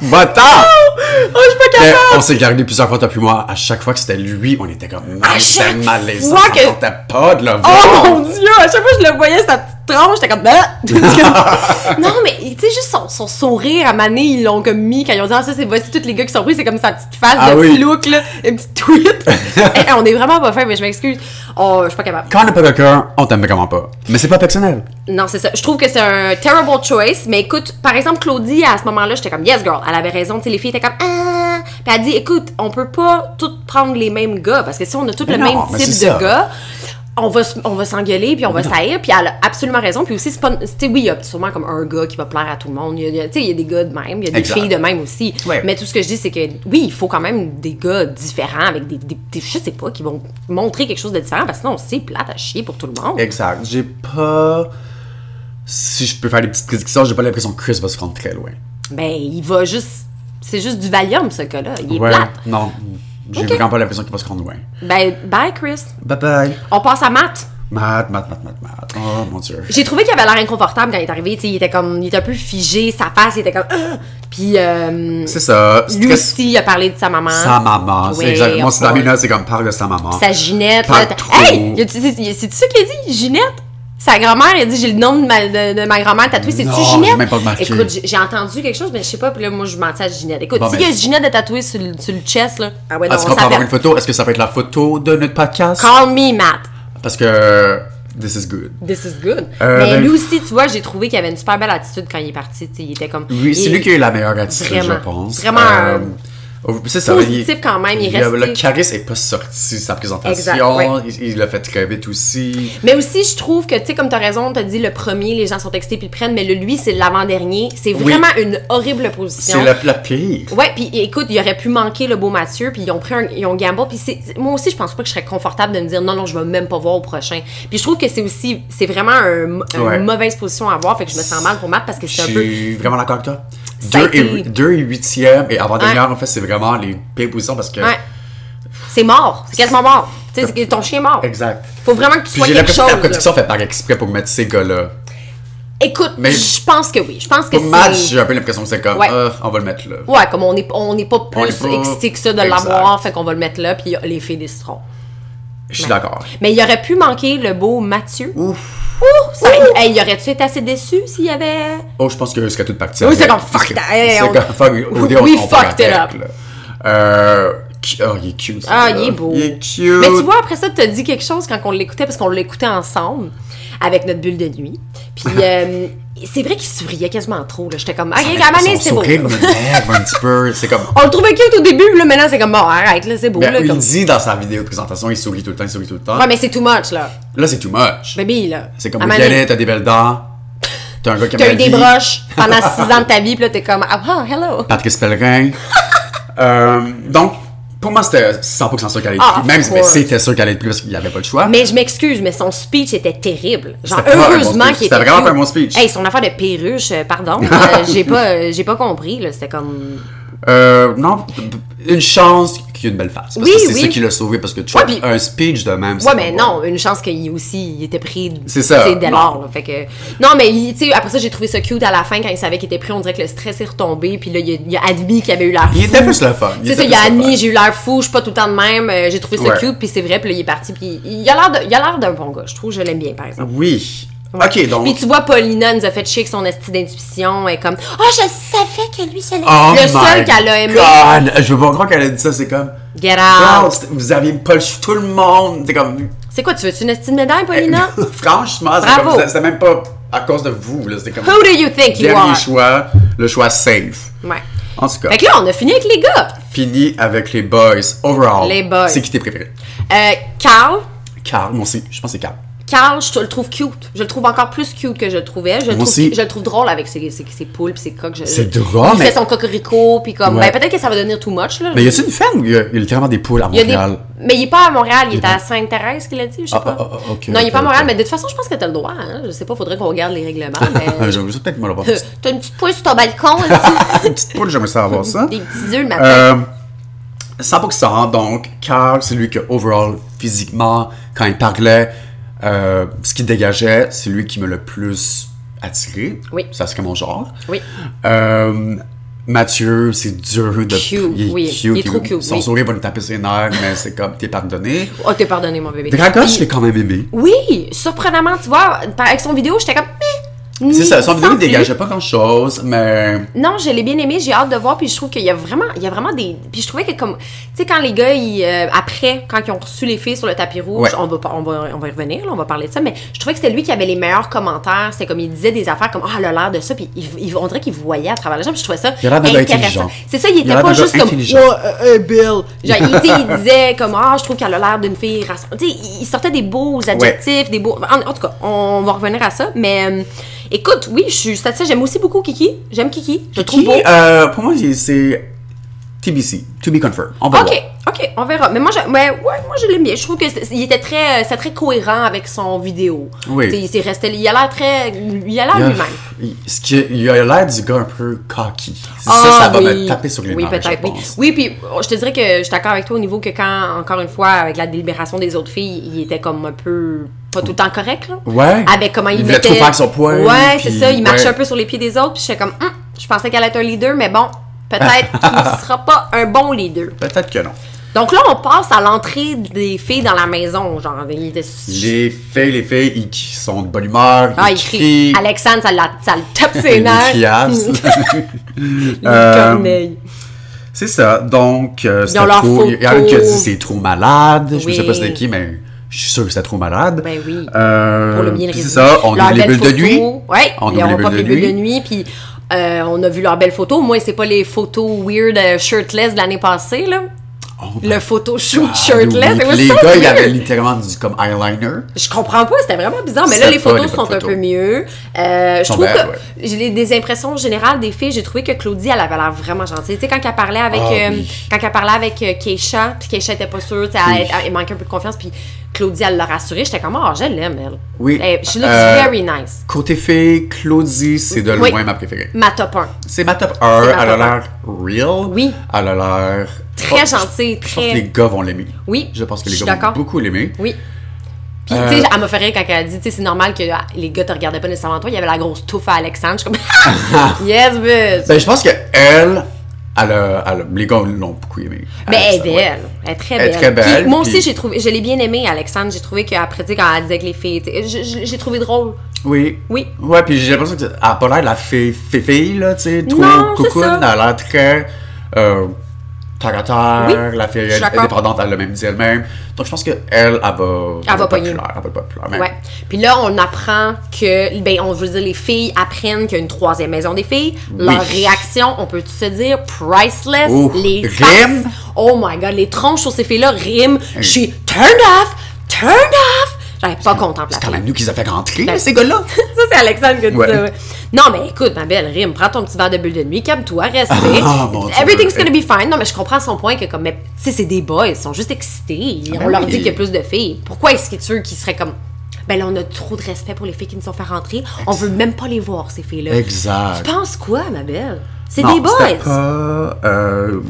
Speaker 5: Va-t'en!
Speaker 4: Oh, je suis pas
Speaker 5: Mais
Speaker 4: capable.
Speaker 5: on s'est gardé plusieurs fois, toi puis moi. À chaque fois que c'était lui, on était comme.
Speaker 4: À
Speaker 5: Non, c'est
Speaker 4: chaque
Speaker 5: malaisant.
Speaker 4: fois
Speaker 5: Ça
Speaker 4: que-
Speaker 5: sortait pas de la
Speaker 4: Oh mon
Speaker 5: voix.
Speaker 4: dieu! À chaque fois que je le voyais, sa petite tronche, j'étais
Speaker 5: [LAUGHS]
Speaker 4: comme. Bah! non, mais tu sais, juste son, son sourire à Mané, ils l'ont comme mis quand ils ont dit Ah, ça, c'est voici tous les gars qui sont pris, c'est comme sa petite face
Speaker 5: Ah
Speaker 4: de
Speaker 5: oui.
Speaker 4: look, là, une
Speaker 5: [LAUGHS]
Speaker 4: petite tweet. Eh, on est vraiment pas fin, mais je m'excuse. Oh, je suis pas capable.
Speaker 5: Quand on n'a pas de cœur, on t'aime vraiment pas. Mais c'est pas personnel.
Speaker 4: Non, c'est ça. Je trouve que c'est un terrible choice. Mais écoute, par exemple, Claudie, à ce moment-là, j'étais comme, yes, girl. Elle avait raison. Tu sais, les filles étaient comme, ah. Puis elle dit, écoute, on peut pas toutes prendre les mêmes gars. Parce que si on a toutes
Speaker 5: Mais
Speaker 4: le
Speaker 5: non,
Speaker 4: même
Speaker 5: mais
Speaker 4: type de
Speaker 5: c'est ça.
Speaker 4: gars, on va, s- on va s'engueuler, puis on va s'haïr. Puis elle a absolument raison. Puis aussi, c'est pas. Tu sais, oui, il y a sûrement comme un gars qui va plaire à tout le monde. Il y a- il y a- Tu sais, il y a des gars de même. Il y a des
Speaker 5: Exact.
Speaker 4: filles de même aussi.
Speaker 5: Ouais.
Speaker 4: Mais tout ce que je dis, c'est que, oui, il faut quand même des gars différents, avec des. des, des- je sais pas, qui vont montrer quelque chose de différent. Parce que sinon, c'est plate à chier pour tout le monde.
Speaker 5: Exact. J'ai pas. Si je peux faire des petites prédictions, j'ai pas l'impression que Chris va se rendre très loin.
Speaker 4: Ben, il va juste. C'est juste du Valium, ce gars-là. Il est
Speaker 5: ouais.
Speaker 4: plate.
Speaker 5: Non. J'ai
Speaker 4: Ok.
Speaker 5: vraiment pas l'impression qu'il va se rendre loin.
Speaker 4: Ben, bye, Chris.
Speaker 5: Bye bye.
Speaker 4: On passe à Matt.
Speaker 5: Mat, mat, mat, mat, mat. Oh mon dieu.
Speaker 4: J'ai trouvé qu'il avait l'air inconfortable quand il est arrivé, tu sais, il était comme, il était un peu figé, sa face, il était comme, Ah! puis euh,
Speaker 5: C'est ça. c'est
Speaker 4: lui
Speaker 5: très-
Speaker 4: aussi hein? il a parlé de sa maman,
Speaker 5: Sa maman.
Speaker 4: Oui,
Speaker 5: c'est exactement.
Speaker 4: of
Speaker 5: C'est dans mes
Speaker 4: course.
Speaker 5: notes, c'est comme parle de sa maman.
Speaker 4: sa Ginette,
Speaker 5: Pas
Speaker 4: là, t'as-
Speaker 5: trop.
Speaker 4: hey, y a- c'est- c'est- c'est-tu ça qu'il a dit, Ginette? Sa grand-mère, elle dit, j'ai le nom de ma, de, de ma grand-mère tatouée, c'est-tu
Speaker 5: Non,
Speaker 4: Ginette?
Speaker 5: j'ai même pas remarqué.
Speaker 4: Écoute, j'ai- j'ai entendu quelque chose, mais je sais pas, puis là, moi, je mentais à Ginette. Écoute,
Speaker 5: Bon,
Speaker 4: si
Speaker 5: ben-
Speaker 4: y a Ginette de tatouée sur, le- sur le chest, là, ah ouais, donc
Speaker 5: Est-ce
Speaker 4: on
Speaker 5: qu'on peut avoir
Speaker 4: s'appelle.
Speaker 5: une photo? Est-ce que ça peut être la photo de notre podcast?
Speaker 4: Call me, Matt.
Speaker 5: Parce que. This is good.
Speaker 4: This is good.
Speaker 5: Euh,
Speaker 4: mais
Speaker 5: ben-
Speaker 4: lui aussi, tu vois, j'ai trouvé qu'il avait une super belle attitude quand il est parti. tu sais, Il était comme.
Speaker 5: Oui, c'est
Speaker 4: il-
Speaker 5: lui qui a eu la meilleure attitude,
Speaker 4: Vraiment.
Speaker 5: je pense.
Speaker 4: Vraiment,
Speaker 5: Euh, c'est ça.
Speaker 4: positif
Speaker 5: il-
Speaker 4: quand même, il est
Speaker 5: a-
Speaker 4: resté-
Speaker 5: Le charisme est pas sorti de sa présentation.
Speaker 4: Exact, ouais.
Speaker 5: Il- Il l'a fait très vite aussi.
Speaker 4: Mais aussi, je trouve que, tu sais, comme t'as raison, t'as dit le premier, les gens sont textés puis le prennent, mais le lui, c'est l'avant-dernier. C'est
Speaker 5: Oui.
Speaker 4: vraiment une horrible position.
Speaker 5: C'est la, la pire.
Speaker 4: Ouais, puis écoute, il aurait pu manquer le beau Mathieu, puis ils ont pris un, ils ont gamble, puis c'est moi aussi je pense pas que je serais confortable de me dire non non, je vais même pas voir au prochain. Puis je trouve que c'est aussi c'est vraiment un- une
Speaker 5: Ouais.
Speaker 4: mauvaise position à avoir, fait que je me sens mal pour Matt parce que c'est
Speaker 5: Je
Speaker 4: un peu
Speaker 5: suis vraiment d'accord avec toi.
Speaker 4: Ça a
Speaker 5: 2 et,
Speaker 4: été-
Speaker 5: deux et huitième et avant-dernière, en fait, c'est vraiment les pires positions parce que.
Speaker 4: ouais. C'est mort, c'est quasiment mort. Tu sais, c'est que ton chien est mort.
Speaker 5: Exact.
Speaker 4: Faut vraiment que tu
Speaker 5: Puis
Speaker 4: sois
Speaker 5: j'ai
Speaker 4: quelque
Speaker 5: l'impression
Speaker 4: chose.
Speaker 5: que la
Speaker 4: là.
Speaker 5: production fait par exprès pour mettre ces gars-là.
Speaker 4: Écoute,
Speaker 5: Mais-
Speaker 4: je pense que oui. Je pense que
Speaker 5: Pour match,
Speaker 4: c'est
Speaker 5: j'ai un peu l'impression que c'est comme,
Speaker 4: Ouais.
Speaker 5: Ah, on va le mettre là.
Speaker 4: Ouais, comme on n'est on est pas
Speaker 5: On
Speaker 4: plus
Speaker 5: est pas-
Speaker 4: excité que ça de
Speaker 5: Exact.
Speaker 4: l'avoir, fait qu'on va le mettre là, puis les filles décideront.
Speaker 5: Je suis
Speaker 4: Ouais.
Speaker 5: d'accord.
Speaker 4: Mais il aurait pu manquer le beau Mathieu.
Speaker 5: Ouf.
Speaker 4: Ouh, ça, Hey, il aurait-tu été assez déçu s'il y avait.
Speaker 5: Oh, je pense que ce serait toute partie.
Speaker 4: Oui,
Speaker 5: avec.
Speaker 4: c'est comme, fuck that, hey,
Speaker 5: C'est
Speaker 4: on-
Speaker 5: comme,
Speaker 4: [LAUGHS]
Speaker 5: fuck, au dé, on
Speaker 4: We
Speaker 5: on part
Speaker 4: fucked it
Speaker 5: avec,
Speaker 4: up.
Speaker 5: là. Euh. qui- Oh, il est cute. ce
Speaker 4: Ah,
Speaker 5: gars-là.
Speaker 4: il est beau.
Speaker 5: Il est cute.
Speaker 4: Mais tu vois, après ça, tu as dit quelque chose quand on l'écoutait, parce qu'on l'écoutait ensemble avec notre bulle de nuit. Puis
Speaker 5: [LAUGHS]
Speaker 4: euh, c'est vrai qu'il souriait quasiment trop. là. J'étais comme, ah,
Speaker 5: Son-
Speaker 4: regarde, Mané,
Speaker 5: son
Speaker 4: c'est beau.
Speaker 5: sourire me lève un petit peu. C'est comme.
Speaker 4: [LAUGHS] On le trouvait cute au début, là, maintenant c'est comme, bon, arrête, là, c'est beau.
Speaker 5: Ben,
Speaker 4: là,
Speaker 5: il
Speaker 4: comme-
Speaker 5: dit dans sa vidéo de présentation, il sourit tout le temps, il sourit tout le temps.
Speaker 4: Ouais, mais c'est too much, là.
Speaker 5: Là, c'est too much.
Speaker 4: Baby, là.
Speaker 5: C'est comme,
Speaker 4: À un moment donné,
Speaker 5: Vianney, t'as des belles dents. T'as un gars qui aime
Speaker 4: T'as
Speaker 5: la
Speaker 4: eu des
Speaker 5: vie.
Speaker 4: broches pendant six ans de
Speaker 5: [LAUGHS]
Speaker 4: ta vie, puis là, t'es comme, ah, ah, hello.
Speaker 5: Patrice
Speaker 4: [LAUGHS]
Speaker 5: Pellerin. Euh, donc, pour moi, c'était 100% sûr qu'elle allait être
Speaker 4: Ah,
Speaker 5: prise. Même
Speaker 4: of
Speaker 5: si
Speaker 4: course.
Speaker 5: c'était sûr qu'elle allait être prise parce qu'il n'y avait pas le choix.
Speaker 4: Mais je m'excuse, mais son speech était terrible. Genre,
Speaker 5: C'était pas un bon
Speaker 4: heureusement
Speaker 5: speech.
Speaker 4: qu'il était.
Speaker 5: C'était vraiment
Speaker 4: cute.
Speaker 5: pas un bon speech.
Speaker 4: Hey, son affaire de perruche, euh, pardon.
Speaker 5: [LAUGHS]
Speaker 4: euh, j'ai pas, euh, j'ai pas compris, là. C'était comme.
Speaker 5: Euh, non, une chance qu'il y ait une belle face. Parce
Speaker 4: Oui,
Speaker 5: que c'est
Speaker 4: oui.
Speaker 5: ça qui l'a sauvé. Parce que tu
Speaker 4: Ouais,
Speaker 5: vois,
Speaker 4: puis-
Speaker 5: un speech de même. c'est
Speaker 4: Ouais,
Speaker 5: pas
Speaker 4: mais
Speaker 5: bon.
Speaker 4: non, une chance qu'il aussi, il était pris.
Speaker 5: C'est ça.
Speaker 4: dès lors, là, Fait que. Non, mais, il- tu sais, après ça, j'ai trouvé ça cute à la fin quand il savait qu'il était pris. On dirait que le stress est retombé, puis là, il a, il a admis qu'il avait eu l'air fou.
Speaker 5: Il était plus le fun.
Speaker 4: C'est ça,
Speaker 5: était
Speaker 4: il a
Speaker 5: plus le
Speaker 4: admis,
Speaker 5: fun.
Speaker 4: j'ai eu l'air fou, je suis pas tout le temps de même, euh, j'ai trouvé ça
Speaker 5: Ouais.
Speaker 4: cute, puis c'est vrai, puis là, il est parti, puis il a l'air de- il a l'air d'un bon gars, je trouve, je l'aime bien, par exemple.
Speaker 5: Oui.
Speaker 4: Ouais.
Speaker 5: Ok,
Speaker 4: Puis
Speaker 5: donc.
Speaker 4: tu vois, Paulina nous a fait chier avec son esti d'intuition. Elle est comme. Ah, je savais que lui, c'est le.
Speaker 5: Oh
Speaker 4: le
Speaker 5: my
Speaker 4: seul qu'elle a aimé.
Speaker 5: God! Je veux pas croire qu'elle a dit ça, c'est comme.
Speaker 4: Get
Speaker 5: Wow,
Speaker 4: out.
Speaker 5: c'était- vous aviez pas le ch- tout le monde. C'est comme.
Speaker 4: C'est quoi, tu veux-tu une esti de médaille, Paulina?
Speaker 5: [LAUGHS] Franchement, c'est
Speaker 4: Bravo.
Speaker 5: comme. c'était- C'était même pas à cause de vous, là. C'était comme.
Speaker 4: Who do you think you
Speaker 5: Dernier
Speaker 4: are?
Speaker 5: choix, le choix safe.
Speaker 4: Ouais.
Speaker 5: En tout cas,
Speaker 4: Fait que là, on a fini avec les gars.
Speaker 5: fini avec les boys. Overall,
Speaker 4: Les boys.
Speaker 5: c'est qui tes préférés?
Speaker 4: Euh, Carl.
Speaker 5: Carl, moi aussi, je pense que c'est Carl.
Speaker 4: Carl, je te le trouve cute. Je le trouve encore plus cute que je le trouvais. Je, le,
Speaker 5: Moi
Speaker 4: trouve,
Speaker 5: aussi.
Speaker 4: je le trouve drôle avec ses, ses, ses poules pis ses coques. Je-
Speaker 5: C'est
Speaker 4: je-
Speaker 5: drôle,
Speaker 4: Il
Speaker 5: mais-
Speaker 4: fait son cocorico, puis comme.
Speaker 5: Ouais.
Speaker 4: Ben, peut-être que ça va devenir too much, là.
Speaker 5: Mais y a-t-il une femme ou y a, y a littéralement des poules à
Speaker 4: Il y a des-
Speaker 5: Montréal?
Speaker 4: Mais il est pas à Montréal, il est à Sainte-Thérèse qu'il a dit, je sais
Speaker 5: Ah,
Speaker 4: pas.
Speaker 5: ah, ah, ok,
Speaker 4: non, il est
Speaker 5: ok,
Speaker 4: pas à Montréal,
Speaker 5: ok.
Speaker 4: mais de toute façon, je pense que t'as le droit. Hein? Je sais pas, faudrait qu'on regarde
Speaker 5: [LAUGHS]
Speaker 4: les règlements. Mais...
Speaker 5: Je vais Ah, peut-être me l'avoir.
Speaker 4: [LAUGHS] t'as une petite poule sur ton balcon, aussi.
Speaker 5: Une petite poule, j'aimerais savoir ça.
Speaker 4: des petits œufs le matin.
Speaker 5: Euh, 100%, hein. donc, Carl, c'est lui que, overall, physiquement, quand il parlait, euh, ce qu'il dégageait, c'est lui qui me le plus attiré.
Speaker 4: Oui.
Speaker 5: Ça serait mon genre.
Speaker 4: Oui.
Speaker 5: Euh, Mathieu, c'est dur de.
Speaker 4: Cute, oui. Il est trop cute,
Speaker 5: Son
Speaker 4: oui.
Speaker 5: sourire va nous taper ses nerfs, mais c'est comme, t'es
Speaker 4: [LAUGHS]
Speaker 5: pardonné.
Speaker 4: Oh, t'es pardonné, mon bébé.
Speaker 5: Dracos, je
Speaker 4: Puis-
Speaker 5: l'ai quand même aimé.
Speaker 4: Oui, surprenamment, tu vois, par- avec son vidéo, j'étais comme. mais,
Speaker 5: C'est ça, son
Speaker 4: ni
Speaker 5: vidéo, il
Speaker 4: senti.
Speaker 5: dégageait pas grand chose, mais.
Speaker 4: Non, je l'ai bien aimé, j'ai hâte de voir, puis je trouve qu'il y a vraiment, il y a vraiment des, puis je trouvais que comme, tu sais quand les gars, ils, euh, après, quand ils ont reçu les filles sur le tapis rouge,
Speaker 5: Ouais.
Speaker 4: on va, pas- on va, on va y revenir, là, on va parler de ça, mais je trouvais que c'était lui qui avait les meilleurs commentaires, c'est comme il disait des affaires comme ah elle a l'air de ça, puis il, il- on dirait qu'il voyait à travers les gens, puis je trouvais ça
Speaker 5: Il a l'air d'un gars
Speaker 4: intéressant.
Speaker 5: intelligent.
Speaker 4: C'est ça, il
Speaker 5: Il a
Speaker 4: était
Speaker 5: l'air
Speaker 4: pas
Speaker 5: d'un gars
Speaker 4: juste comme
Speaker 5: intelligent.
Speaker 4: Ouais, euh, euh, Bill, genre il, tu sais, [LAUGHS] il disait comme ah je trouve qu'elle a l'air d'une fille, raci- tu sais il sortait des beaux adjectifs, des beaux, en, en tout cas on va revenir à ça, mais euh, Écoute, oui, je suis satisfaite. J'aime aussi beaucoup Kiki. J'aime Kiki. Ah, Je le trouve
Speaker 5: Qui,
Speaker 4: beau.
Speaker 5: euh, pour moi, c'est- c'est. TBC, to be confirmed. On va voir.
Speaker 4: Ok, ok, on verra. Mais moi, je, mais ouais, moi, je l'aime bien. Je trouve que c'est- il était très, euh, c'était très cohérent avec son vidéo.
Speaker 5: Oui.
Speaker 4: T'sais, Il s'est resté, il a l'air très, il a l'air
Speaker 5: Il a-
Speaker 4: lui-même.
Speaker 5: il- Ce qui, il a l'air du gars un peu cocky. ça,
Speaker 4: Ah,
Speaker 5: ça va
Speaker 4: oui.
Speaker 5: me taper sur les
Speaker 4: Oui,
Speaker 5: nerfs,
Speaker 4: peut-être.
Speaker 5: je
Speaker 4: Oui.
Speaker 5: pense.
Speaker 4: oui, puis oh, je te dirais que je suis d'accord avec toi au niveau que quand, encore une fois, avec la délibération des autres filles, il était comme un peu pas tout le temps correct, là.
Speaker 5: Ouais.
Speaker 4: Avec comment il,
Speaker 5: Il voulait trop
Speaker 4: mettait-
Speaker 5: faire son poids,
Speaker 4: Ouais,
Speaker 5: puis-
Speaker 4: c'est ça. Il marchait
Speaker 5: ouais.
Speaker 4: un peu sur les pieds des autres, puis j'étais comme, Hum, je pensais qu'elle allait être un leader, mais bon,
Speaker 5: [LAUGHS]
Speaker 4: peut-être qu'il ne sera pas un bon leader.
Speaker 5: Peut-être que non.
Speaker 4: Donc là, on passe à l'entrée des filles dans la maison, genre. il était-
Speaker 5: Les filles, les filles, ils qui sont de bonne humeur,
Speaker 4: Ah,
Speaker 5: ils
Speaker 4: il crie.
Speaker 5: crient.
Speaker 4: Alexandre, ça, la- hein. ça le tape ses
Speaker 5: Ils
Speaker 4: nerfs. [LAUGHS]
Speaker 5: criassent. [LAUGHS]
Speaker 4: Une
Speaker 5: Euh,
Speaker 4: corneille.
Speaker 5: C'est ça. Donc, euh, c'était
Speaker 4: ont leur
Speaker 5: trop. Il y en a une qui a
Speaker 4: photo.
Speaker 5: dit c'est trop malade. Je ne sais pas
Speaker 4: Oui.
Speaker 5: c'était qui, mais je suis sûr que c'est trop malade.
Speaker 4: Ben oui.
Speaker 5: Euh,
Speaker 4: pour le bien le
Speaker 5: puis C'est
Speaker 4: résumé.
Speaker 5: ça. On
Speaker 4: Leur
Speaker 5: oublie les
Speaker 4: belle
Speaker 5: bulles de
Speaker 4: photo.
Speaker 5: nuit.
Speaker 4: Ouais,
Speaker 5: On
Speaker 4: ils
Speaker 5: oublie
Speaker 4: n'auront
Speaker 5: les
Speaker 4: pas
Speaker 5: bulles
Speaker 4: les
Speaker 5: de
Speaker 4: bulles de
Speaker 5: nuit.
Speaker 4: nuit. Puis euh, on a vu leurs belles photos. Moi, c'est pas les photos weird euh, shirtless de l'année passée, là.
Speaker 5: Oh,
Speaker 4: Le photo shoot
Speaker 5: Ah, oui.
Speaker 4: shirtless. it was
Speaker 5: Les
Speaker 4: so
Speaker 5: gars, ils
Speaker 4: weird.
Speaker 5: avaient littéralement du comme eyeliner.
Speaker 4: Je comprends pas, c'était vraiment bizarre. Mais là,
Speaker 5: C'était
Speaker 4: les
Speaker 5: pas
Speaker 4: photos
Speaker 5: les bonnes
Speaker 4: sont un
Speaker 5: photos.
Speaker 4: peu mieux. Euh, je
Speaker 5: Sont
Speaker 4: trouve
Speaker 5: belles,
Speaker 4: que j'ai les- des impressions générales des filles. J'ai trouvé que Claudie, elle avait l'air vraiment gentille. Tu sais, quand elle parlait avec,
Speaker 5: Ah,
Speaker 4: euh,
Speaker 5: oui.
Speaker 4: quand elle parlait avec euh, Keisha, puis Keisha était pas sûre, tu sais, elle,
Speaker 5: Oui.
Speaker 4: elle- elle manquait un peu de confiance, puis Claudie, elle l'a rassurée. J'étais comme, oh, je l'aime, elle.
Speaker 5: Oui.
Speaker 4: Elle- she looks
Speaker 5: Euh,
Speaker 4: very nice.
Speaker 5: Côté fille, Claudie, c'est de loin
Speaker 4: Oui.
Speaker 5: ma préférée.
Speaker 4: Ma top 1.
Speaker 5: C'est ma top
Speaker 4: C'est
Speaker 5: 1.
Speaker 4: ma
Speaker 5: Elle a
Speaker 4: top un.
Speaker 5: l'air real.
Speaker 4: Oui.
Speaker 5: Elle a l'air.
Speaker 4: Très
Speaker 5: je-
Speaker 4: gentille,
Speaker 5: Je pense
Speaker 4: très-
Speaker 5: que les gars vont l'aimer.
Speaker 4: Oui,
Speaker 5: Je pense que
Speaker 4: je
Speaker 5: les
Speaker 4: suis
Speaker 5: gars vont
Speaker 4: d'accord.
Speaker 5: beaucoup l'aimer.
Speaker 4: Oui. Puis, tu sais, elle m'a fait rire quand elle a dit, tu sais, c'est normal que ah, les gars te regardaient pas nécessairement toi. Il y avait la grosse touffe à Alexandre. Je suis comme, [LAUGHS] yes, bitch.
Speaker 5: Ben, je pense que elle, elle a- elle a- les gars l'ont beaucoup aimé.
Speaker 4: Mais Ben, elle est
Speaker 5: ça,
Speaker 4: belle.
Speaker 5: ouais.
Speaker 4: Elle est très
Speaker 5: Elle est
Speaker 4: belle.
Speaker 5: très belle,
Speaker 4: Puis moi
Speaker 5: puis-
Speaker 4: aussi, j'ai trouvé, je l'ai bien aimée, Alexandre. J'ai trouvé qu'après, tu sais, quand elle disait que les filles, tu sais, je- je- j'ai trouvé drôle.
Speaker 5: Oui.
Speaker 4: Oui.
Speaker 5: Ouais, puis j'ai l'impression qu'elle a pas l'air de la fille, fille, fille, là, tu sais, trop
Speaker 4: Non, c'est
Speaker 5: cocoon.
Speaker 4: ça.
Speaker 5: Elle a l'air très. Euh, terre à terre,
Speaker 4: Oui,
Speaker 5: la fille
Speaker 4: je suis
Speaker 5: elle-
Speaker 4: d'accord.
Speaker 5: indépendante, elle l'a même dit elle-même. Donc je pense qu'elle, elle va.
Speaker 4: Elle va
Speaker 5: populaire,
Speaker 4: pogner.
Speaker 5: Elle va être populaire. même.
Speaker 4: Ouais. Puis là, on apprend que, ben, on veut dire, les filles apprennent qu'il y a une troisième maison des filles. Leur réaction, on peut se dire, priceless.
Speaker 5: Ouh,
Speaker 4: les
Speaker 5: rime.
Speaker 4: faces, Oh my god, les tronches sur ces filles-là riment. J'ai turned off, turned off. J'avais pas contemplé la
Speaker 5: C'est quand
Speaker 4: fille.
Speaker 5: même nous qui les a fait
Speaker 4: Ben
Speaker 5: rentrer, ces gars-là.
Speaker 4: [LAUGHS] ça, c'est Alexandre qui a dit
Speaker 5: Ouais.
Speaker 4: ça, ouais. Non, mais écoute, ma belle Rime, prends ton petit verre de bulle de nuit, calme-toi, respire.
Speaker 5: Ah, mon Dieu.
Speaker 4: Everything's gonna be fine. Non, mais je comprends son point que, comme, mais, tu sais, c'est des boys, ils sont juste excités.
Speaker 5: Ah,
Speaker 4: on
Speaker 5: ben
Speaker 4: leur
Speaker 5: oui.
Speaker 4: dit qu'il y a plus de filles. Pourquoi est-ce que tu veux qu'ils seraient comme. Ben là, on a trop de respect pour les filles qui nous sont fait rentrer. On veut même pas les voir, ces filles-là.
Speaker 5: Exact.
Speaker 4: Tu penses quoi, ma belle? C'est
Speaker 5: Non,
Speaker 4: des
Speaker 5: c'était
Speaker 4: boys.
Speaker 5: Pas, euh,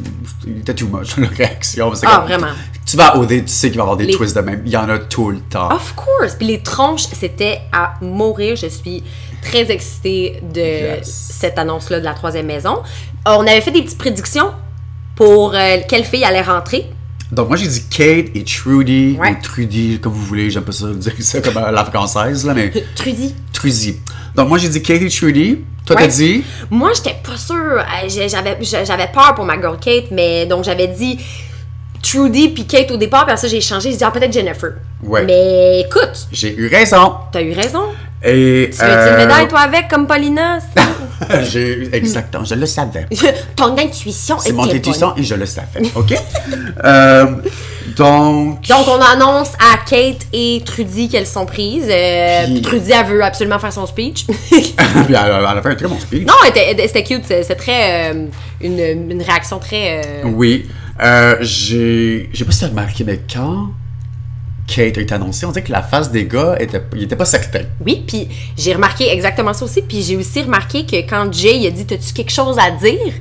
Speaker 5: il était too much, [LAUGHS] la réaction. c'est
Speaker 4: Ah,
Speaker 5: comme-
Speaker 4: vraiment.
Speaker 5: Tu vas au dé, tu sais qu'il va y avoir des
Speaker 4: Les-
Speaker 5: twists de même. Il y en a tout le temps.
Speaker 4: Of course. Puis les tronches, c'était à mourir. Je suis très excitée de
Speaker 5: Yes.
Speaker 4: cette annonce-là de la troisième maison. Euh, On avait fait des petites prédictions pour euh, quelle fille allait rentrer.
Speaker 5: Donc, moi, j'ai dit Kate et Trudy,
Speaker 4: Ouais.
Speaker 5: ou Trudy, comme vous voulez, j'aime pas ça [LAUGHS] dire ça comme à la française, là, mais
Speaker 4: Trudy.
Speaker 5: Trudy. Donc, moi, j'ai dit Kate et Trudy. Toi,
Speaker 4: Ouais.
Speaker 5: t'as dit
Speaker 4: Moi, j'étais pas sûre. Euh, j'ai- J'avais j'a- j'avais peur pour ma girl Kate, mais donc j'avais dit Trudy puis Kate au départ, puis après ça, j'ai changé. J'ai dit, ah, peut-être Jennifer.
Speaker 5: Ouais.
Speaker 4: Mais écoute,
Speaker 5: J'ai eu raison.
Speaker 4: t'as eu raison.
Speaker 5: Et. euh,
Speaker 4: Tu veux-tu une médaille, toi, avec, comme
Speaker 5: [LAUGHS]
Speaker 4: Paulina?
Speaker 5: j'ai Exactement, je le savais.
Speaker 4: Ton intuition
Speaker 5: C'est
Speaker 4: était
Speaker 5: mon
Speaker 4: bonne.
Speaker 5: intuition et je le savais,
Speaker 4: [LAUGHS]
Speaker 5: OK? Euh, donc. [LAUGHS]
Speaker 4: Donc, on annonce à Kate et Trudy qu'elles sont prises. Euh,
Speaker 5: Puis-
Speaker 4: Trudy, elle veut absolument faire son speech. [LAUGHS]
Speaker 5: Puis, elle a elle a fait un très bon speech.
Speaker 4: non, elle était- elle- c'était cute. C'est c'est très. euh, une, une réaction très. euh,
Speaker 5: Oui. Euh, j'ai. Je sais pas si t'as remarqué, mais quand Kate a été annoncée, on dirait que la face des gars était, il était pas certain.
Speaker 4: Oui, puis j'ai remarqué exactement ça aussi. Puis j'ai aussi remarqué que quand Jay il a dit T'as-tu quelque chose à dire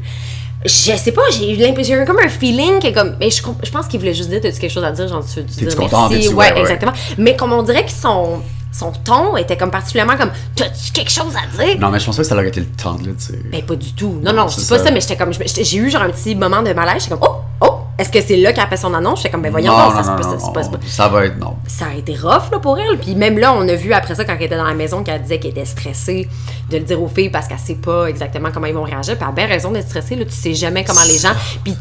Speaker 4: Je sais pas, j'ai eu l'impression, j'ai eu comme un feeling que comme. Mais je, comp- je pense qu'il voulait juste dire T'as-tu quelque chose à dire Genre, tu, tu
Speaker 5: T'es-tu
Speaker 4: dire
Speaker 5: content,
Speaker 4: merci.
Speaker 5: t'es-tu-
Speaker 4: ouais,
Speaker 5: ouais, ouais.
Speaker 4: exactement. Mais comme on dirait que son, son ton était comme particulièrement comme T'as-tu quelque chose à dire
Speaker 5: Non, mais je pense pas que ça leur a été le temps de le dire.
Speaker 4: Ben pas du tout. Non,
Speaker 5: Non,
Speaker 4: non, je
Speaker 5: c'est
Speaker 4: dis pas
Speaker 5: ça.
Speaker 4: ça, mais j'étais comme je- j'étais- j'ai eu genre un petit moment de malaise, j'étais comme oh oh, est-ce que c'est là qu'elle a fait son annonce J'étais comme ben voyons,
Speaker 5: non,
Speaker 4: donc,
Speaker 5: non,
Speaker 4: ça se
Speaker 5: non,
Speaker 4: passe-
Speaker 5: non,
Speaker 4: ça se Ah, passe
Speaker 5: non,
Speaker 4: pas.
Speaker 5: ça va être non.
Speaker 4: Ça a été rough là, pour elle. Puis même là, on a vu après ça quand elle était dans la maison qu'elle disait qu'elle était stressée de le dire aux filles parce qu'elle sait pas exactement comment ils vont réagir. Puis elle a bien raison d'être stressée là, tu sais jamais comment les gens puis tu,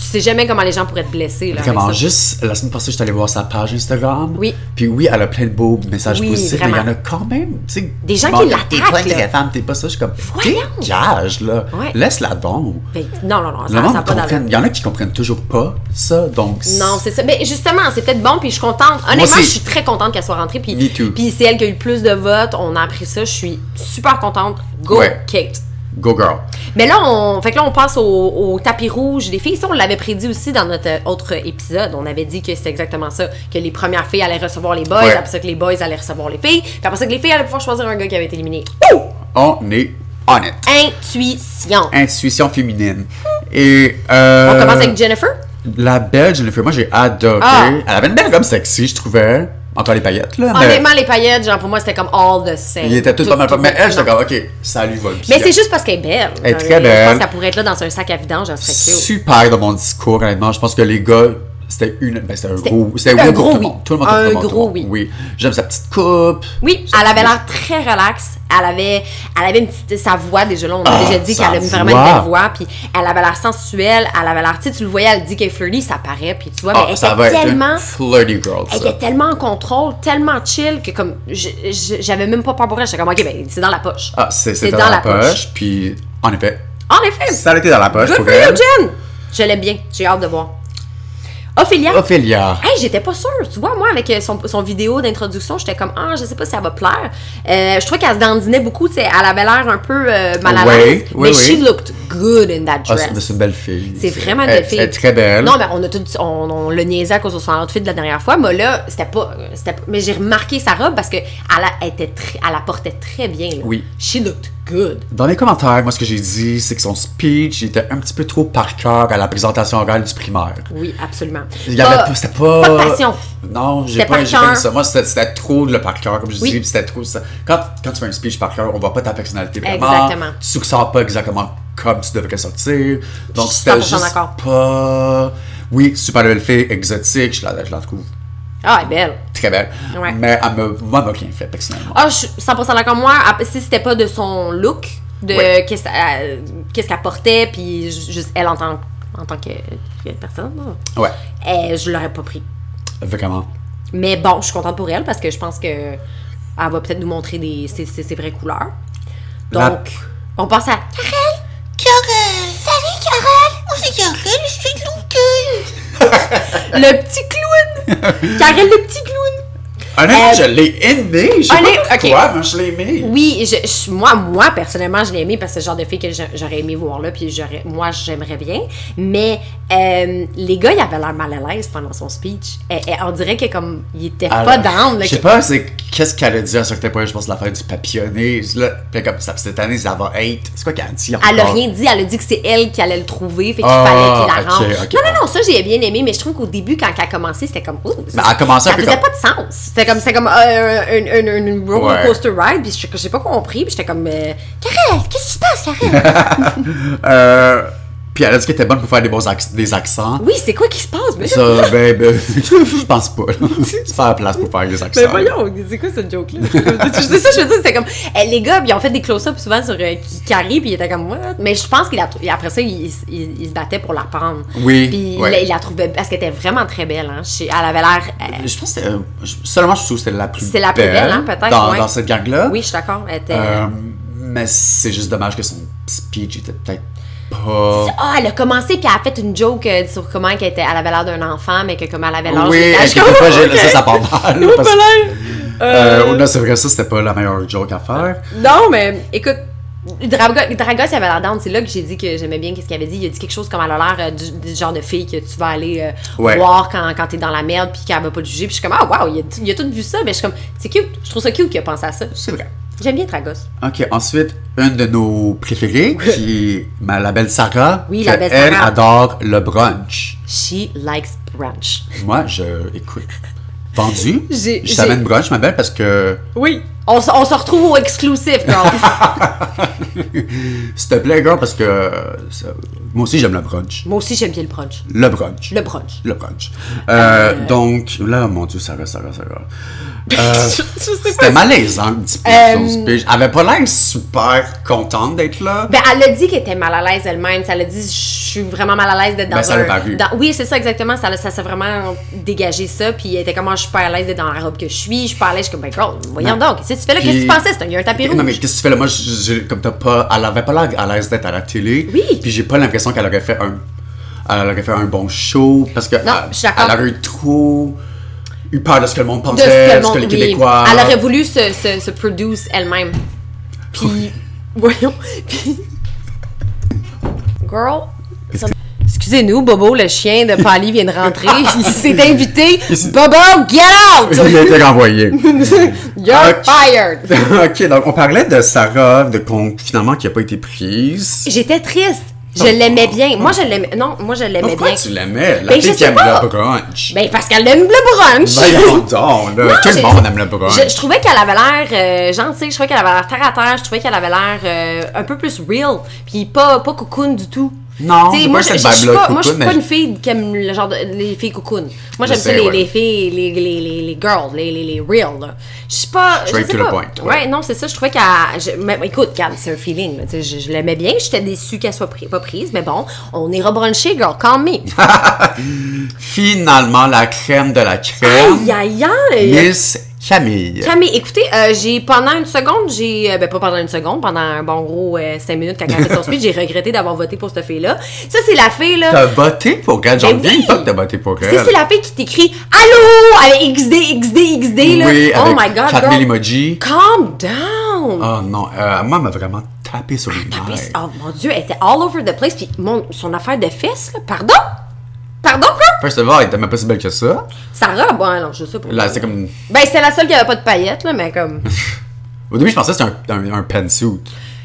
Speaker 4: tu sais jamais comment les gens pourraient te blesser là. avec
Speaker 5: Vraiment,
Speaker 4: ça.
Speaker 5: juste la semaine passée, je suis allée voir sa page Instagram.
Speaker 4: Oui.
Speaker 5: Puis oui, elle a plein de beaux messages
Speaker 4: Oui,
Speaker 5: positifs, mais il y
Speaker 4: vraiment.
Speaker 5: en a quand même, tu sais.
Speaker 4: Des gens
Speaker 5: bon,
Speaker 4: qui
Speaker 5: T'es
Speaker 4: l'attaquent,
Speaker 5: pas une
Speaker 4: là.
Speaker 5: vraie femme, t'es pas ça. Je suis comme,
Speaker 4: Voyons.
Speaker 5: dégage, là.
Speaker 4: Ouais.
Speaker 5: Laisse-la donc.
Speaker 4: Fait- Ben, non non non,
Speaker 5: Le
Speaker 4: ça
Speaker 5: monde
Speaker 4: ça a pas d'allure.
Speaker 5: comprenne- Il y en a qui comprennent toujours pas ça, donc.
Speaker 4: Non, c'est ça. Mais justement, c'est peut-être bon, puis je suis contente. Honnêtement,
Speaker 5: aussi.
Speaker 4: je suis très contente qu'elle soit rentrée. Puis,
Speaker 5: Me too.
Speaker 4: puis c'est elle qui a eu le plus de votes. On a appris ça. Je suis super contente. Go,
Speaker 5: Ouais.
Speaker 4: Kate.
Speaker 5: Go girl.
Speaker 4: Mais là, on, fait que là, on passe au, au tapis rouge des filles. Ça, on l'avait prédit aussi dans notre euh, autre épisode. On avait dit que c'était exactement ça, que les premières filles allaient recevoir les boys,
Speaker 5: Ouais.
Speaker 4: après ça que les boys allaient recevoir les filles, puis après ça que les filles allaient pouvoir choisir un gars qui avait été éliminé.
Speaker 5: On est honnête.
Speaker 4: Intuition.
Speaker 5: intuition féminine. Et euh,
Speaker 4: On commence avec Jennifer.
Speaker 5: la belle Jennifer, moi j'ai adoré.
Speaker 4: Ah.
Speaker 5: Elle avait une belle robe sexy, je trouvais. Encore les paillettes, là. mais
Speaker 4: Honnêtement, les paillettes, genre, pour moi, c'était comme all the same.
Speaker 5: Ils étaient toutes
Speaker 4: Tout-
Speaker 5: pas mal.
Speaker 4: tout-
Speaker 5: Mais elle, j'étais
Speaker 4: non.
Speaker 5: comme, OK, ça lui va bien.
Speaker 4: Mais c'est juste parce qu'elle est belle.
Speaker 5: Elle est
Speaker 4: Genre,
Speaker 5: très
Speaker 4: Je pense
Speaker 5: belle.
Speaker 4: qu'elle pourrait être là dans un sac à vidange, elle serait cute.
Speaker 5: super dans mon discours, honnêtement. Je pense que les gars, c'était une. Ben, c'était un gros. C'était
Speaker 4: un
Speaker 5: oui pour
Speaker 4: gros
Speaker 5: tout le
Speaker 4: oui.
Speaker 5: monde. Tout le monde, tout
Speaker 4: Un
Speaker 5: le monde, tout le
Speaker 4: gros
Speaker 5: monde.
Speaker 4: oui.
Speaker 5: Oui. J'aime sa petite coupe.
Speaker 4: Oui, elle avait l'air très relaxe. Elle avait, elle avait une petite, sa voix déjà là. On a
Speaker 5: Ah,
Speaker 4: déjà dit
Speaker 5: sa
Speaker 4: qu'elle avait vraiment
Speaker 5: voix.
Speaker 4: une belle voix. Puis elle avait l'air sensuelle. Elle avait l'air, tu sais, tu le voyais, elle dit qu'elle est flirty, ça paraît. Puis tu vois, mais
Speaker 5: Ah,
Speaker 4: elle
Speaker 5: ça
Speaker 4: était
Speaker 5: va être
Speaker 4: tellement,
Speaker 5: une flirty girl,
Speaker 4: elle
Speaker 5: ça.
Speaker 4: était tellement en contrôle, tellement chill que comme, je- je- j'avais même pas peur pour elle. J'étais comme, ok, ben c'est dans la poche.
Speaker 5: Ah, c'est- c'était dans la poche. Puis, en effet,
Speaker 4: En effet.
Speaker 5: ça a été dans la poche
Speaker 4: Good
Speaker 5: pour
Speaker 4: for
Speaker 5: elle.
Speaker 4: you, Jen. Je l'aime bien. J'ai hâte de voir. Ophélia.
Speaker 5: Ophélia. Ah,
Speaker 4: Hey, j'étais pas sûre. Tu vois, moi, avec euh, son, son vidéo d'introduction, j'étais comme, ah, je sais pas si ça va plaire. Euh, je trouvais qu'elle se dandinait beaucoup, tu sais. Elle avait l'air un peu euh, mal à
Speaker 5: Ouais,
Speaker 4: l'aise.
Speaker 5: oui,
Speaker 4: mais
Speaker 5: oui.
Speaker 4: she looked good in that
Speaker 5: Ah,
Speaker 4: dress.
Speaker 5: c'est c'est une belle fille.
Speaker 4: c'est vraiment une
Speaker 5: Elle-
Speaker 4: belle fille.
Speaker 5: Elle est très belle.
Speaker 4: Non, mais on a tout, on, on le niaisait à cause de son outfit de la dernière fois, mais là, c'était pas, c'était pas- mais j'ai remarqué sa robe parce que elle, a- elle était très- elle la portait très bien. là.
Speaker 5: Oui.
Speaker 4: She looked good.
Speaker 5: Dans les commentaires, moi, ce que j'ai dit, c'est que son speech il était un petit peu trop par cœur à la présentation orale du primaire.
Speaker 4: Oui, absolument.
Speaker 5: Il y avait
Speaker 4: Pas-
Speaker 5: pas, c'était pas.
Speaker 4: pas de passion.
Speaker 5: Non, j'ai
Speaker 4: C'était
Speaker 5: pas,
Speaker 4: par
Speaker 5: j'ai pas
Speaker 4: cœur.
Speaker 5: aimé ça. Moi, c'était, c'était trop de le par cœur, comme je
Speaker 4: Oui.
Speaker 5: dis, puis c'était trop. ça- Quand, quand tu fais un speech par cœur, on voit pas ta personnalité vraiment.
Speaker 4: Exactement.
Speaker 5: Tu ressors pas exactement comme tu devrais sortir. Donc,
Speaker 4: Je suis
Speaker 5: c'était
Speaker 4: 100%
Speaker 5: juste
Speaker 4: d'accord.
Speaker 5: pas. Oui, super belle fille, exotique, je la, je la trouve
Speaker 4: Ah, elle est belle.
Speaker 5: très belle.
Speaker 4: Ouais.
Speaker 5: Mais elle me, moi, elle m'a rien fait, personnellement.
Speaker 4: Ah, je suis 100% d'accord. Moi, à- si c'était pas de son look, de
Speaker 5: Ouais.
Speaker 4: qu'est-ce euh, qu'est-ce qu'elle portait, puis ju- juste elle en tant, en tant que, que personne, là,
Speaker 5: Ouais,
Speaker 4: eh, je l'aurais pas pris.
Speaker 5: vraiment.
Speaker 4: Mais bon, je suis contente pour elle parce que je pense que elle va peut-être nous montrer des, ses, ses- ses vraies couleurs. Donc,
Speaker 5: La-
Speaker 4: on passe à.
Speaker 1: Carole Salut Carole Moi c'est Carole, je suis Cloncule
Speaker 4: [LAUGHS] Le petit clown! Karel, le petit clown!
Speaker 5: Honnêtement,
Speaker 4: Euh,
Speaker 5: je l'ai aimée. Je sais
Speaker 4: honnête-
Speaker 5: pas
Speaker 4: ok.
Speaker 5: pourquoi, mais je l'ai aimée.
Speaker 4: Oui, je, je- moi, moi, personnellement, je l'ai aimé parce que c'est le genre de fille que j'a- j'aurais aimé voir là, puis j'aurais, moi, j'aimerais bien. Mais euh, les gars, ils avaient l'air mal à l'aise pendant son speech. Et, et on dirait que comme, ils étaient pas
Speaker 5: Alors,
Speaker 4: down.
Speaker 5: Ah,
Speaker 4: là,
Speaker 5: Je sais
Speaker 4: que-
Speaker 5: pas, c'est qu'est-ce qu'elle a dit à certains points, je pense, l'affaire du papillonné. Là, puis comme ça, cette année, ça va être. C'est quoi qu'elle a dit encore?
Speaker 4: Elle a rien dit, elle a dit que c'est elle qui allait le trouver, fait qu'il
Speaker 5: Ah,
Speaker 4: fallait qu'il la
Speaker 5: ok,
Speaker 4: rende.
Speaker 5: ok.
Speaker 4: non, non, non, ça j'ai bien aimé, mais je trouve qu'au début, quand elle a commencé, c'était comme. Ouh,
Speaker 5: Ben, elle a commencé un
Speaker 4: ça
Speaker 5: peu
Speaker 4: faisait
Speaker 5: comme-
Speaker 4: pas de sens. C'était comme, c'était comme euh, une, une, une, une roller
Speaker 5: Ouais.
Speaker 4: coaster ride, puis je- j'ai pas compris, puis j'étais comme. euh, Karel, qu'est-ce qui se passe, Karel?
Speaker 5: [LAUGHS] Euh, puis elle a dit qu'elle était bonne pour faire des, bons acc- des accents.
Speaker 4: oui, c'est quoi qui se passe, mais
Speaker 5: Ça, ben, ben, [LAUGHS] je pense pas. là. [LAUGHS] C'est pas la place pour faire des accents.
Speaker 4: Mais Ben, voyons, c'est quoi cette
Speaker 5: [LAUGHS]
Speaker 4: joke-là? Je sais ça, je veux dire, c'était comme. eh, les gars, ils ont fait des close-ups souvent sur euh, qui Carrie, puis ils étaient comme, what? Mais je pense qu'il a trou- après ça, il, s- il- il se battait pour la prendre.
Speaker 5: Oui,
Speaker 4: Puis
Speaker 5: ouais.
Speaker 4: il, la- il la trouvait. Parce qu'elle était vraiment très belle, hein. Je sais- Elle avait l'air. euh,
Speaker 5: Je pense que c'était, euh, je- seulement je trouve que c'était la plus
Speaker 4: C'est la plus belle, hein, peut-être,
Speaker 5: dans,
Speaker 4: ouais.
Speaker 5: dans cette gang-là.
Speaker 4: oui, je suis d'accord. Elle était.
Speaker 5: Euh, mais c'est juste dommage que son speech était peut-être pas.
Speaker 4: Ah, elle a commencé puis elle a fait une joke euh, sur comment elle, était, elle avait l'air d'un enfant, mais que comme elle avait l'âge.
Speaker 5: Oui,
Speaker 4: de-
Speaker 5: elle
Speaker 4: Je suis
Speaker 5: était pas
Speaker 4: [LAUGHS] comme,
Speaker 5: gênée,
Speaker 4: ok.
Speaker 5: ça, ça part mal. là, parce-
Speaker 4: Euh,
Speaker 5: Euh, là, c'est vrai, ça, c'était pas la meilleure joke à faire.
Speaker 4: Non, mais écoute, Drago- Dragos, il avait l'air down. C'est là que j'ai dit que j'aimais bien quest ce qu'il avait dit. Il a dit quelque chose comme elle a l'air euh, du, du genre de fille que tu vas aller euh,
Speaker 5: Ouais.
Speaker 4: voir quand, quand t'es dans la merde puis qu'elle va pas te juger. Puis je suis comme, ah, waouh, il, a t- il a tout vu ça. Mais je suis comme, c'est cute. Je trouve ça cute qu'il a pensé à ça.
Speaker 5: C'est vrai.
Speaker 4: J'aime bien Dragos.
Speaker 5: OK, ensuite, une de nos préférées, qui est ma- la belle Sarah.
Speaker 4: Oui, la
Speaker 5: que
Speaker 4: belle
Speaker 5: elle
Speaker 4: Sarah.
Speaker 5: adore le brunch.
Speaker 4: She likes brunch.
Speaker 5: Moi, je... Écoute, vendu.
Speaker 4: J'ai-
Speaker 5: Je
Speaker 4: j'ai-
Speaker 5: t'amène brunch, ma belle, parce que...
Speaker 4: Oui. On, se- on se retrouve au exclusif, girl. [LAUGHS]
Speaker 5: S'il te plaît, girl, parce que... euh, ça- Moi aussi, j'aime le brunch.
Speaker 4: Moi aussi, j'aime bien le brunch.
Speaker 5: Le brunch.
Speaker 4: Le brunch.
Speaker 5: Le brunch. Euh, Donc, là, mon Dieu, Sarah, Sarah,
Speaker 4: [LAUGHS]
Speaker 5: Sarah. Euh, C'était malaisant, un petit peu, son
Speaker 4: Euh,
Speaker 5: speech. Elle avait pas l'air super contente d'être là.
Speaker 4: Ben, elle a dit qu'elle était mal à l'aise elle-même. Ça, Elle a dit, je suis vraiment mal à l'aise d'être dans
Speaker 5: Ben, ça
Speaker 4: un-
Speaker 5: l'a paru.
Speaker 4: dans- Oui, c'est ça, exactement. Ça, l'a- ça s'est vraiment dégagé ça. Puis elle était comme, Ah, je suis pas à l'aise d'être dans la robe que je suis. Je suis pas à l'aise. Je suis comme, ben, girl, voyons
Speaker 5: Ben,
Speaker 4: donc. Qu'est-ce que tu fais là?
Speaker 5: Puis-
Speaker 4: Qu'est-ce que tu pensais? C'est un- Il y a un tapis rouge.
Speaker 5: Non, mais qu'est-ce que tu fais là? Moi, je- je- comme t'as pas. Elle avait pas l'air à l'aise d'être à la télé.
Speaker 4: Oui.
Speaker 5: Puis j'ai pas l'impression qu'elle aurait fait un. Elle aurait fait un bon show parce que.
Speaker 4: Non,
Speaker 5: elle,
Speaker 4: je suis d'accord.
Speaker 5: elle aurait eu trop. eu peur de ce que le monde
Speaker 4: De
Speaker 5: pensait,
Speaker 4: ce que le
Speaker 5: ce que les
Speaker 4: monde- oui.
Speaker 5: Québécois.
Speaker 4: Elle aurait voulu se, se, se produce elle-même. Puis, [LAUGHS] voyons. Puis. Girl. ça- Excusez-nous, Bobo, le chien de Pali vient de
Speaker 5: [LAUGHS]
Speaker 4: rentrer. Il s'est invité. Bobo, get out!
Speaker 5: [LAUGHS] Il a été
Speaker 4: [LAUGHS]
Speaker 5: renvoyé.
Speaker 4: You're
Speaker 5: Ok.
Speaker 4: fired!
Speaker 5: ok, donc on parlait de Sarah, de qu'on- finalement qui a pas été prise.
Speaker 4: J'étais triste. Je l'aimais bien. Moi, je l'aimais. Non, moi, je l'aimais
Speaker 5: Ah. Pourquoi
Speaker 4: bien.
Speaker 5: tu l'aimais? La
Speaker 4: Ben, je
Speaker 5: fille qui
Speaker 4: sais
Speaker 5: aime
Speaker 4: pas.
Speaker 5: le brunch. Ben,
Speaker 4: Ben, parce qu'elle aime le brunch.
Speaker 5: Voyons donc, là.
Speaker 4: Non,
Speaker 5: Tout le
Speaker 4: j'ai-
Speaker 5: monde aime le brunch.
Speaker 4: Je, je trouvais qu'elle avait l'air euh, gentille, je trouvais qu'elle avait l'air terre à terre, je trouvais qu'elle avait l'air euh, un peu plus real, puis pas, pas cocoon du tout.
Speaker 5: Non,
Speaker 4: T'sais,
Speaker 5: j'ai
Speaker 4: moi,
Speaker 5: pas
Speaker 4: je,
Speaker 5: cette
Speaker 4: je suis
Speaker 5: vibe-là,
Speaker 4: pas, moi, je suis
Speaker 5: cocoon,
Speaker 4: pas
Speaker 5: mais-
Speaker 4: une fille qui aime le genre de, les filles cocoon. Moi,
Speaker 5: Je
Speaker 4: j'aime ça,
Speaker 5: sais,
Speaker 4: les,
Speaker 5: ouais.
Speaker 4: les filles, les, les, les, les girls, les, les, les real. Là. Je suis pas. je
Speaker 5: Straight
Speaker 4: sais
Speaker 5: to the
Speaker 4: pas.
Speaker 5: point, ouais.
Speaker 4: Ouais. non, c'est ça. Je trouvais qu'elle. je- mais- mais Écoute, calme, c'est un feeling. là, t'sais, Je, je l'aimais bien. J'étais déçue qu'elle soit pri- pas prise, mais bon, on ira bruncher, girl,
Speaker 5: [LAUGHS]
Speaker 4: quand même.
Speaker 5: Finalement, la crème de la crème.
Speaker 4: Aïe, aïe, aïe.
Speaker 5: Miss Camille.
Speaker 4: Camille, écoutez, euh, j'ai pendant une seconde, j'ai euh, ben pas pendant une seconde, pendant un bon gros 5 minutes quand elle a fait son speech, j'ai regretté d'avoir voté pour cette fille là. Ça c'est la fille là.
Speaker 5: T'as voté pour elle. J'en
Speaker 4: Ben
Speaker 5: reviens
Speaker 4: oui.
Speaker 5: pas que t'as voté pour
Speaker 4: Tu sais,
Speaker 5: elle.
Speaker 4: c'est la fille qui t'écrit allô avec XD XD XD là.
Speaker 5: Oui,
Speaker 4: oh
Speaker 5: avec
Speaker 4: my
Speaker 5: 4000
Speaker 4: god. girl.
Speaker 5: emojis.
Speaker 4: Calm down.
Speaker 5: Oh non, euh, moi, elle m'a vraiment tapé sur les
Speaker 4: Puis,
Speaker 5: nerfs.
Speaker 4: oh mon dieu, elle était all over the place puis mon, son affaire de fesses là, pardon. Pardon quoi?
Speaker 5: First of all, elle était même pas si belle que ça.
Speaker 4: Sarah, bon non, je sais pas.
Speaker 5: Là, c'est comme.
Speaker 4: Ben c'est la seule qui avait pas de paillettes là, mais comme
Speaker 5: Au début, je pensais que c'était un, un, un pantsuit.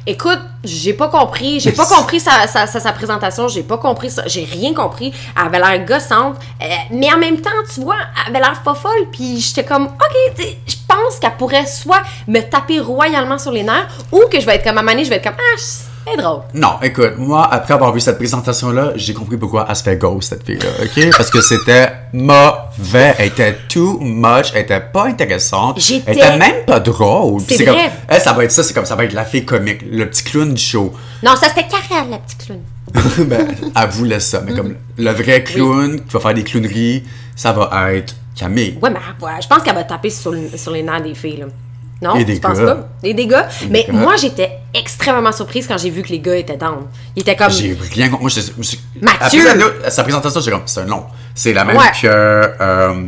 Speaker 4: Écoute, j'ai pas compris, j'ai pas compris sa, sa, sa, sa présentation, j'ai pas compris ça, j'ai rien compris. Elle avait l'air gossante, euh, mais en même temps, tu vois, elle avait l'air pas folle, puis j'étais comme, ok, tu sais, je pense qu'elle pourrait soit me taper royalement sur les nerfs, ou que je vais être comme à Mané, je vais être comme, ah, c'est drôle.
Speaker 5: Non, écoute, moi, après avoir vu cette présentation-là, j'ai compris pourquoi elle se fait ghost, cette fille-là, OK? Parce que c'était mauvais, elle était too much, elle était pas intéressante,
Speaker 4: J'étais-
Speaker 5: elle était même pas drôle.
Speaker 4: C'est
Speaker 5: comme,
Speaker 4: vrai.
Speaker 5: elle, ça va être ça, c'est comme ça va être la fille comique, le petit clown du show.
Speaker 4: Non, ça c'était Karel, la petite clown.
Speaker 5: [LAUGHS] ben, elle voulait ça, mais
Speaker 4: Mm.
Speaker 5: comme le vrai clown qui va faire des clowneries, ça va être Camille.
Speaker 4: Ouais, mais elle va- je pense qu'elle va taper sur, le- sur les nerfs des filles, là. Non,
Speaker 5: Et
Speaker 4: je
Speaker 5: des
Speaker 4: tu penses
Speaker 5: gars.
Speaker 4: pas? Et des gars. mais
Speaker 5: gars.
Speaker 4: moi, j'étais extrêmement surprise quand j'ai vu que les gars étaient down. Ils étaient comme,
Speaker 5: J'ai rien compris. Moi, j'étais- je-
Speaker 4: Mathieu!
Speaker 5: Après sa- sa présentation, j'étais comme, c'est un nom. C'est la même
Speaker 4: Ouais.
Speaker 5: que. Euh,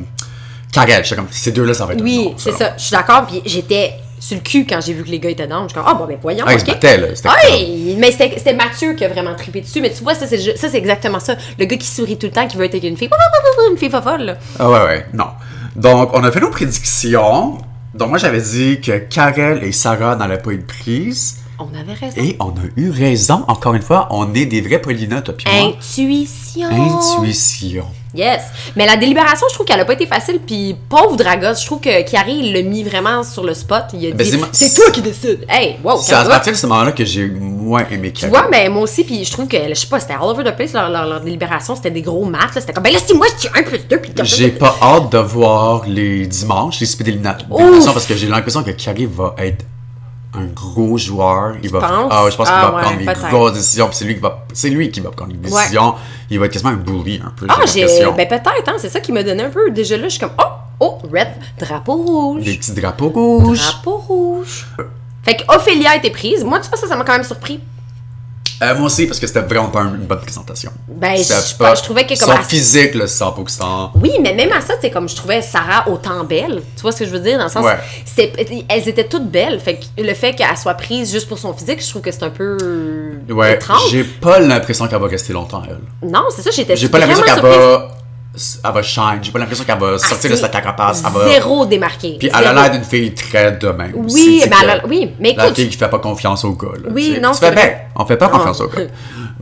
Speaker 5: Karel. J'étais comme, ces deux-là, ça va être un
Speaker 4: Oui,
Speaker 5: nom.
Speaker 4: c'est ça. Je suis d'accord. Puis j'étais sur le cul quand j'ai vu que les gars étaient dans. Je suis comme, ah, bon, ben voyons.
Speaker 5: Ah, ils se
Speaker 4: ok.
Speaker 5: battaient, là. C'était
Speaker 4: Ouais, mais c'était c'était Mathieu qui a vraiment trippé dessus. Mais tu vois, ça, c'est ju- ça, c'est exactement ça. Le gars qui sourit tout le temps, qui veut être avec une fille. Une fille pas folle, là.
Speaker 5: Ah ouais, ouais, non. Donc, on a fait nos prédictions. Donc, moi, j'avais dit que Karel et Sarah n'allaient pas être prises.
Speaker 4: On avait raison.
Speaker 5: Et on a eu raison. Encore une fois, on est des vrais Paulina, toi pis moi.
Speaker 4: Intuition.
Speaker 5: Intuition.
Speaker 4: Yes. Mais la délibération, je trouve qu'elle a pas été facile. Puis pauvre Dragos, je trouve que Carrie, il l'a mis vraiment sur le spot. Il a
Speaker 5: Ben, c'est
Speaker 4: dit,
Speaker 5: moi-
Speaker 4: c'est toi qui décides. Hey, wow,
Speaker 5: C'est à
Speaker 4: calme-toi.
Speaker 5: partir de ce moment-là que j'ai moins aimé
Speaker 4: Tu
Speaker 5: Karel.
Speaker 4: vois, mais moi aussi, puis je trouve que, je sais pas, c'était all over the place, leur, leur, leur délibération, c'était des gros maths, là. C'était comme, ben là, si moi, je dis 1 plus 2, puis comme ça,
Speaker 5: J'ai
Speaker 4: ça-
Speaker 5: pas hâte de voir les dimanches, les speed d'élimination,
Speaker 4: Ouf!
Speaker 5: parce que j'ai l'impression que Carrie va être un gros joueur. Il va,
Speaker 4: penses?
Speaker 5: ah, je pense
Speaker 4: Ah,
Speaker 5: qu'il va
Speaker 4: ouais,
Speaker 5: prendre les
Speaker 4: peut-être.
Speaker 5: grosses décisions. puis C'est lui, qui va- c'est lui qui va prendre les décisions. Il va être quasiment un bully un peu.
Speaker 4: Ah, j'ai.
Speaker 5: l'impression.
Speaker 4: Ben peut-être, hein. C'est ça qui me donnait un peu. Déjà là, je suis comme, oh, oh, red, drapeau rouge.
Speaker 5: Des petits drapeaux rouges.
Speaker 4: Drapeau rouge. Fait que Ophélia a été prise. Moi, tu vois, ça, ça m'a quand même surpris.
Speaker 5: Euh, moi aussi, parce que c'était vraiment pas une bonne présentation.
Speaker 4: Ben, je-
Speaker 5: C'était
Speaker 4: je- je trouvais que comme
Speaker 5: Son
Speaker 4: à-
Speaker 5: physique, le 100%.
Speaker 4: Oui, mais même à ça, c'est comme je trouvais Sarah autant belle. Tu vois ce que je veux dire? Dans le sens,
Speaker 5: Ouais.
Speaker 4: c'est, elles étaient toutes belles. Fait que le fait qu'elle soit prise juste pour son physique, je trouve que c'est un peu euh,
Speaker 5: Ouais,
Speaker 4: étrange.
Speaker 5: j'ai pas l'impression qu'elle va rester longtemps, elle.
Speaker 4: Non, c'est ça, j'étais
Speaker 5: J'ai pas l'impression
Speaker 4: vraiment Ah,
Speaker 5: qu'elle va... Elle va shine. J'ai pas l'impression qu'elle va sortir de
Speaker 4: s'est
Speaker 5: sa carapace. Elle va...
Speaker 4: Zéro démarqué.
Speaker 5: Ah, bah, Puis elle a
Speaker 4: Zéro.
Speaker 5: l'air d'une fille très de même.
Speaker 4: Oui,
Speaker 5: C'est- c'est
Speaker 4: mais elle a-
Speaker 5: que
Speaker 4: oui, mais
Speaker 5: La
Speaker 4: écoute,
Speaker 5: fille
Speaker 4: je-
Speaker 5: qui fait pas confiance au gars. là.
Speaker 4: Oui,
Speaker 5: C'est-
Speaker 4: non,
Speaker 5: tu
Speaker 4: c'est
Speaker 5: fais
Speaker 4: vrai.
Speaker 5: bien. On fait pas
Speaker 4: Non.
Speaker 5: confiance au
Speaker 4: [LAUGHS]
Speaker 5: gars.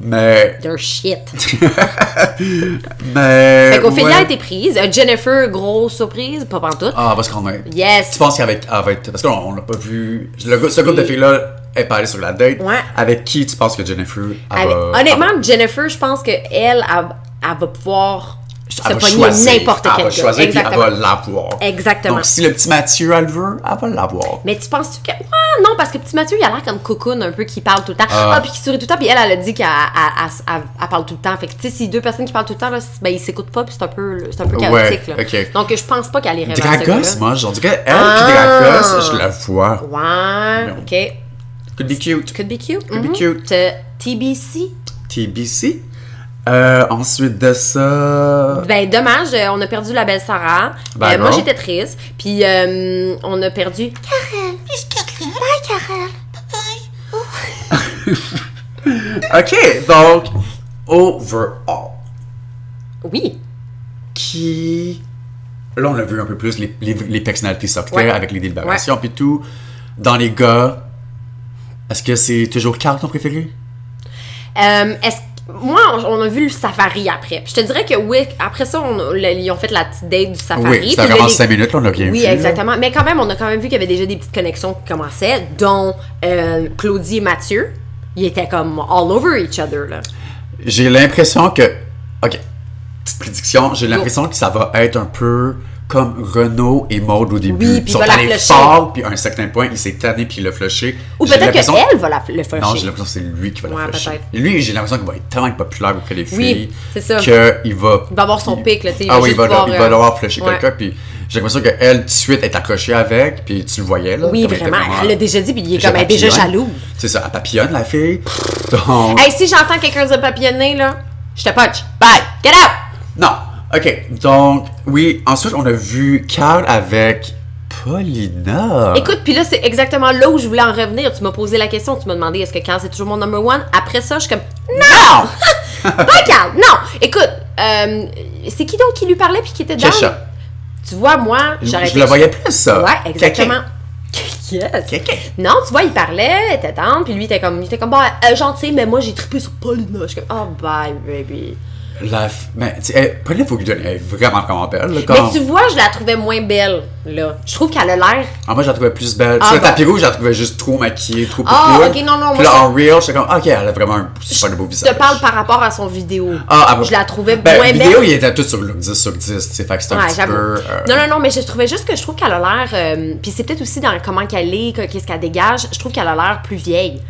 Speaker 5: Mais.
Speaker 4: They're shit.
Speaker 5: [LAUGHS] Mais.
Speaker 4: Fait qu'Ophélia a
Speaker 5: ouais.
Speaker 4: été prise. Euh, Jennifer, grosse surprise, pas pantoute.
Speaker 5: Ah, parce qu'on est.
Speaker 4: Yes.
Speaker 5: Tu penses qu'avec. avec- Parce qu'on on l'a pas vu. Le, gars- ce groupe de filles-là est pas allé sur la date.
Speaker 4: Ouais.
Speaker 5: Avec qui tu penses que Jennifer. elle
Speaker 4: Avec-
Speaker 5: va-
Speaker 4: Honnêtement, Jennifer, je pense que elle, elle, elle va pouvoir
Speaker 5: elle
Speaker 4: se
Speaker 5: va
Speaker 4: pogner
Speaker 5: choisir.
Speaker 4: n'importe
Speaker 5: Elle
Speaker 4: quel
Speaker 5: va
Speaker 4: gars.
Speaker 5: choisir puis elle
Speaker 4: Exactement.
Speaker 5: va l'avoir.
Speaker 4: Exactement.
Speaker 5: Donc si le petit Mathieu, elle le veut, elle va l'avoir.
Speaker 4: Mais tu penses-tu que. Ah non, parce que petit Mathieu, il a l'air comme cocoon un peu, qui parle tout le temps.
Speaker 5: Ah.
Speaker 4: Ah, puis qui sourit tout le temps. Puis elle, elle a dit qu'elle elle- elle- elle- elle parle tout le temps. Fait que, tu sais, si deux personnes qui parlent tout le temps, là, c'est- ben, ils s'écoutent pas, puis c'est un peu, c'est un peu
Speaker 5: Ouais,
Speaker 4: chaotique. là.
Speaker 5: ok.
Speaker 4: Donc, je pense pas qu'elle irait vers ce
Speaker 5: Dragos,
Speaker 4: gars-là.
Speaker 5: moi, j'en dirais, elle
Speaker 4: Ah.
Speaker 5: puis Dragos, je la vois.
Speaker 4: Ouais,
Speaker 5: Non.
Speaker 4: ok.
Speaker 5: Could be cute.
Speaker 4: Could be cute.
Speaker 5: Could be
Speaker 4: mhm.
Speaker 5: cute.
Speaker 4: T- TBC.
Speaker 5: TBC. Euh, ensuite de ça.
Speaker 4: Ben, dommage, euh, on a perdu la belle Sarah.
Speaker 5: Ben,
Speaker 4: Euh, moi,
Speaker 5: non.
Speaker 4: j'étais triste. Puis, euh, on a perdu.
Speaker 1: Carole, plus Carole. Bye, Carole. Bye bye.
Speaker 5: Ok, donc, overall.
Speaker 4: Oui.
Speaker 5: Qui. Là, on a vu un peu plus les, les, les personnalités sortaient
Speaker 4: Ouais.
Speaker 5: avec les délibérations puis tout. Dans les gars, est-ce que c'est toujours Carl ton préféré?
Speaker 4: Euh, est-ce moi, on- on a vu le safari après. Puis je te dirais que oui, après ça, on a- le- ils ont fait la petite date du safari.
Speaker 5: Oui, c'était
Speaker 4: puis
Speaker 5: vraiment
Speaker 4: le-
Speaker 5: 5 minutes, là, on a rien vu.
Speaker 4: Oui,
Speaker 5: là.
Speaker 4: exactement. Mais quand même, on a quand même vu qu'il y avait déjà des petites connexions qui commençaient, dont euh, Claudie et Mathieu. Ils étaient comme all over each other, là.
Speaker 5: J'ai l'impression que. Ok, petite prédiction, j'ai l'impression que ça va être un peu comme Renault et Maud au début.
Speaker 4: Oui, puis
Speaker 5: ils
Speaker 4: il
Speaker 5: sont
Speaker 4: va la
Speaker 5: allés
Speaker 4: flusher.
Speaker 5: fort, puis à un certain point, il s'est tanné, puis il l'a flushé.
Speaker 4: Ou
Speaker 5: J'ai
Speaker 4: peut-être
Speaker 5: l'impression-
Speaker 4: qu'elle va la, le flusher.
Speaker 5: Non, j'ai l'impression que c'est lui qui va
Speaker 4: Ouais,
Speaker 5: la flusher.
Speaker 4: peut-être.
Speaker 5: Et Lui, j'ai l'impression qu'il va être tellement populaire auprès des
Speaker 4: Oui,
Speaker 5: filles.
Speaker 4: c'est ça.
Speaker 5: Qu'il va.
Speaker 4: Il va avoir son pic, là, tu sais, il
Speaker 5: Ah
Speaker 4: va
Speaker 5: oui, il
Speaker 4: juste
Speaker 5: va, le-
Speaker 4: pouvoir,
Speaker 5: il
Speaker 4: euh,
Speaker 5: va l'avoir flushé
Speaker 4: ouais.
Speaker 5: quelqu'un, puis j'ai l'impression qu'elle, tout de suite, est accrochée avec, puis tu le voyais, là.
Speaker 4: Oui,
Speaker 5: comme elle était
Speaker 4: vraiment. Elle l'a déjà dit, puis il est comme, elle est déjà
Speaker 5: papillonne.
Speaker 4: jalouse.
Speaker 5: C'est ça, elle papillonne, la fille. Donc.
Speaker 4: Hey, si j'entends quelqu'un dire papillonner, là, je te punch. Bye! Get out!
Speaker 5: Non. OK. Donc, oui, ensuite, on a vu Carl avec Paulina.
Speaker 4: Écoute, puis là, c'est exactement là où je voulais en revenir. Tu m'as posé la question, tu m'as demandé est-ce que Carl, c'est toujours mon number one? Après ça, je suis comme, non! [LAUGHS] Pas Carl, non! Écoute, euh, c'est qui donc qui lui parlait puis qui était down?
Speaker 5: Kesha.
Speaker 4: Tu vois, moi,
Speaker 5: Je,
Speaker 4: j'aurais
Speaker 5: je
Speaker 4: été-
Speaker 5: le voyais plus, ça.
Speaker 4: Ouais, exactement. Yes.
Speaker 5: Kéké.
Speaker 4: Non, tu vois, il parlait, il était down, puis lui, il était comme, il était comme, bah, euh, gentil, mais moi, j'ai trippé sur Paulina. Je suis comme, oh, bye, baby.
Speaker 5: Quelqu'un. La f- Mais, tu sais, elle- Paulina, faut lui donner. Elle est vraiment comment belle. là,
Speaker 4: Mais
Speaker 5: comme-
Speaker 4: tu vois, je la trouvais moins belle, là. Je trouve qu'elle a l'air.
Speaker 5: Ah, moi, je la trouvais plus belle.
Speaker 4: Ah,
Speaker 5: Sur le
Speaker 4: bon.
Speaker 5: tapis rouge, je la trouvais juste trop maquillée, trop
Speaker 4: Ah,
Speaker 5: poupouille.
Speaker 4: ok, non, non,
Speaker 5: Puis
Speaker 4: moi,
Speaker 5: là,
Speaker 4: ça-
Speaker 5: en real, j'étais comme, ok, elle a vraiment un super beau
Speaker 4: Je
Speaker 5: visage.
Speaker 4: te parle par rapport à son vidéo.
Speaker 5: Ah, ah, bon.
Speaker 4: Je la trouvais
Speaker 5: ben,
Speaker 4: moins
Speaker 5: vidéo,
Speaker 4: belle.
Speaker 5: il était tout sur le 10 sur 10, tu sais, fait que c'était un
Speaker 4: Ouais,
Speaker 5: petit
Speaker 4: j'avoue.
Speaker 5: peu... euh,
Speaker 4: Non, non, non, mais je trouvais juste que je trouve qu'elle a l'air. euh, Puis c'est peut-être aussi dans comment qu'elle est, que- qu'est-ce qu'elle dégage. Je trouve qu'elle a l'air plus vieille.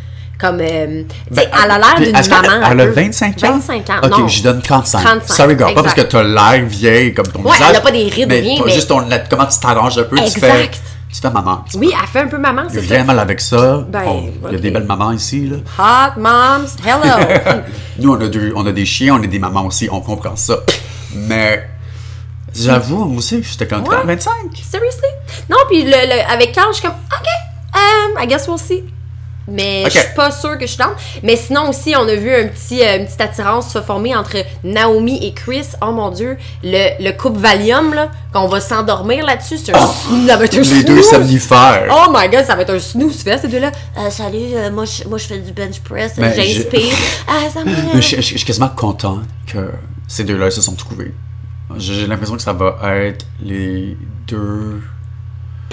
Speaker 4: Comme. euh, tu sais,
Speaker 5: Ben,
Speaker 4: elle a l'air
Speaker 5: puis
Speaker 4: d'une
Speaker 5: est-ce qu'elle-
Speaker 4: maman. un
Speaker 5: Elle a
Speaker 4: peu.
Speaker 5: 25 ans?
Speaker 4: 25 ans,
Speaker 5: Ok,
Speaker 4: non.
Speaker 5: j'y donne 35.
Speaker 4: 35,
Speaker 5: Sorry, girl, pas
Speaker 4: exact.
Speaker 5: parce que t'as l'air vieille comme ton
Speaker 4: Ouais,
Speaker 5: visage.
Speaker 4: elle a pas des rides ou
Speaker 5: mais
Speaker 4: rien,
Speaker 5: pas
Speaker 4: mais-
Speaker 5: Juste ton, comment tu t'arranges un peu, tu
Speaker 4: Exact.
Speaker 5: fais... Tu fais maman. Tu
Speaker 4: Oui, elle fait un peu maman,
Speaker 5: fais
Speaker 4: c'est ça.
Speaker 5: rien mal avec ça.
Speaker 4: Ben,
Speaker 5: On- Il y a
Speaker 4: ok.
Speaker 5: des belles mamans ici, là.
Speaker 4: Hot moms,
Speaker 5: [LAUGHS]
Speaker 4: hello!
Speaker 5: Nous, on a, deux- on a des chiens, on est des mamans aussi, on comprend ça. Mais... J'avoue, moi aussi, j'étais comme
Speaker 4: Ouais.
Speaker 5: 25.
Speaker 4: Seriously? Non, puis le, le- avec Carl, je suis comme, OK, um, I guess we'll see. Mais
Speaker 5: OK.
Speaker 4: je suis pas sûre que je suis down. Mais sinon aussi, on a vu un petit, euh, une petite attirance se former entre Naomi et Chris. Oh mon Dieu, le, le couple Valium, là, qu'on va s'endormir là-dessus. C'est un snooze, ça va être un
Speaker 5: Oh, Les deux
Speaker 4: snooze.
Speaker 5: somnifères.
Speaker 4: Oh my God, ça va être un snooze fest, ces deux-là. Ah,
Speaker 1: Euh, salut, euh, moi, je, moi je fais du bench press,
Speaker 5: Ben, j'ai-
Speaker 1: j'inspire. ah, ça me-
Speaker 5: Mais Je, je- je suis quasiment content que ces deux-là se sont trouvés. J'ai j'ai l'impression que ça va être les deux.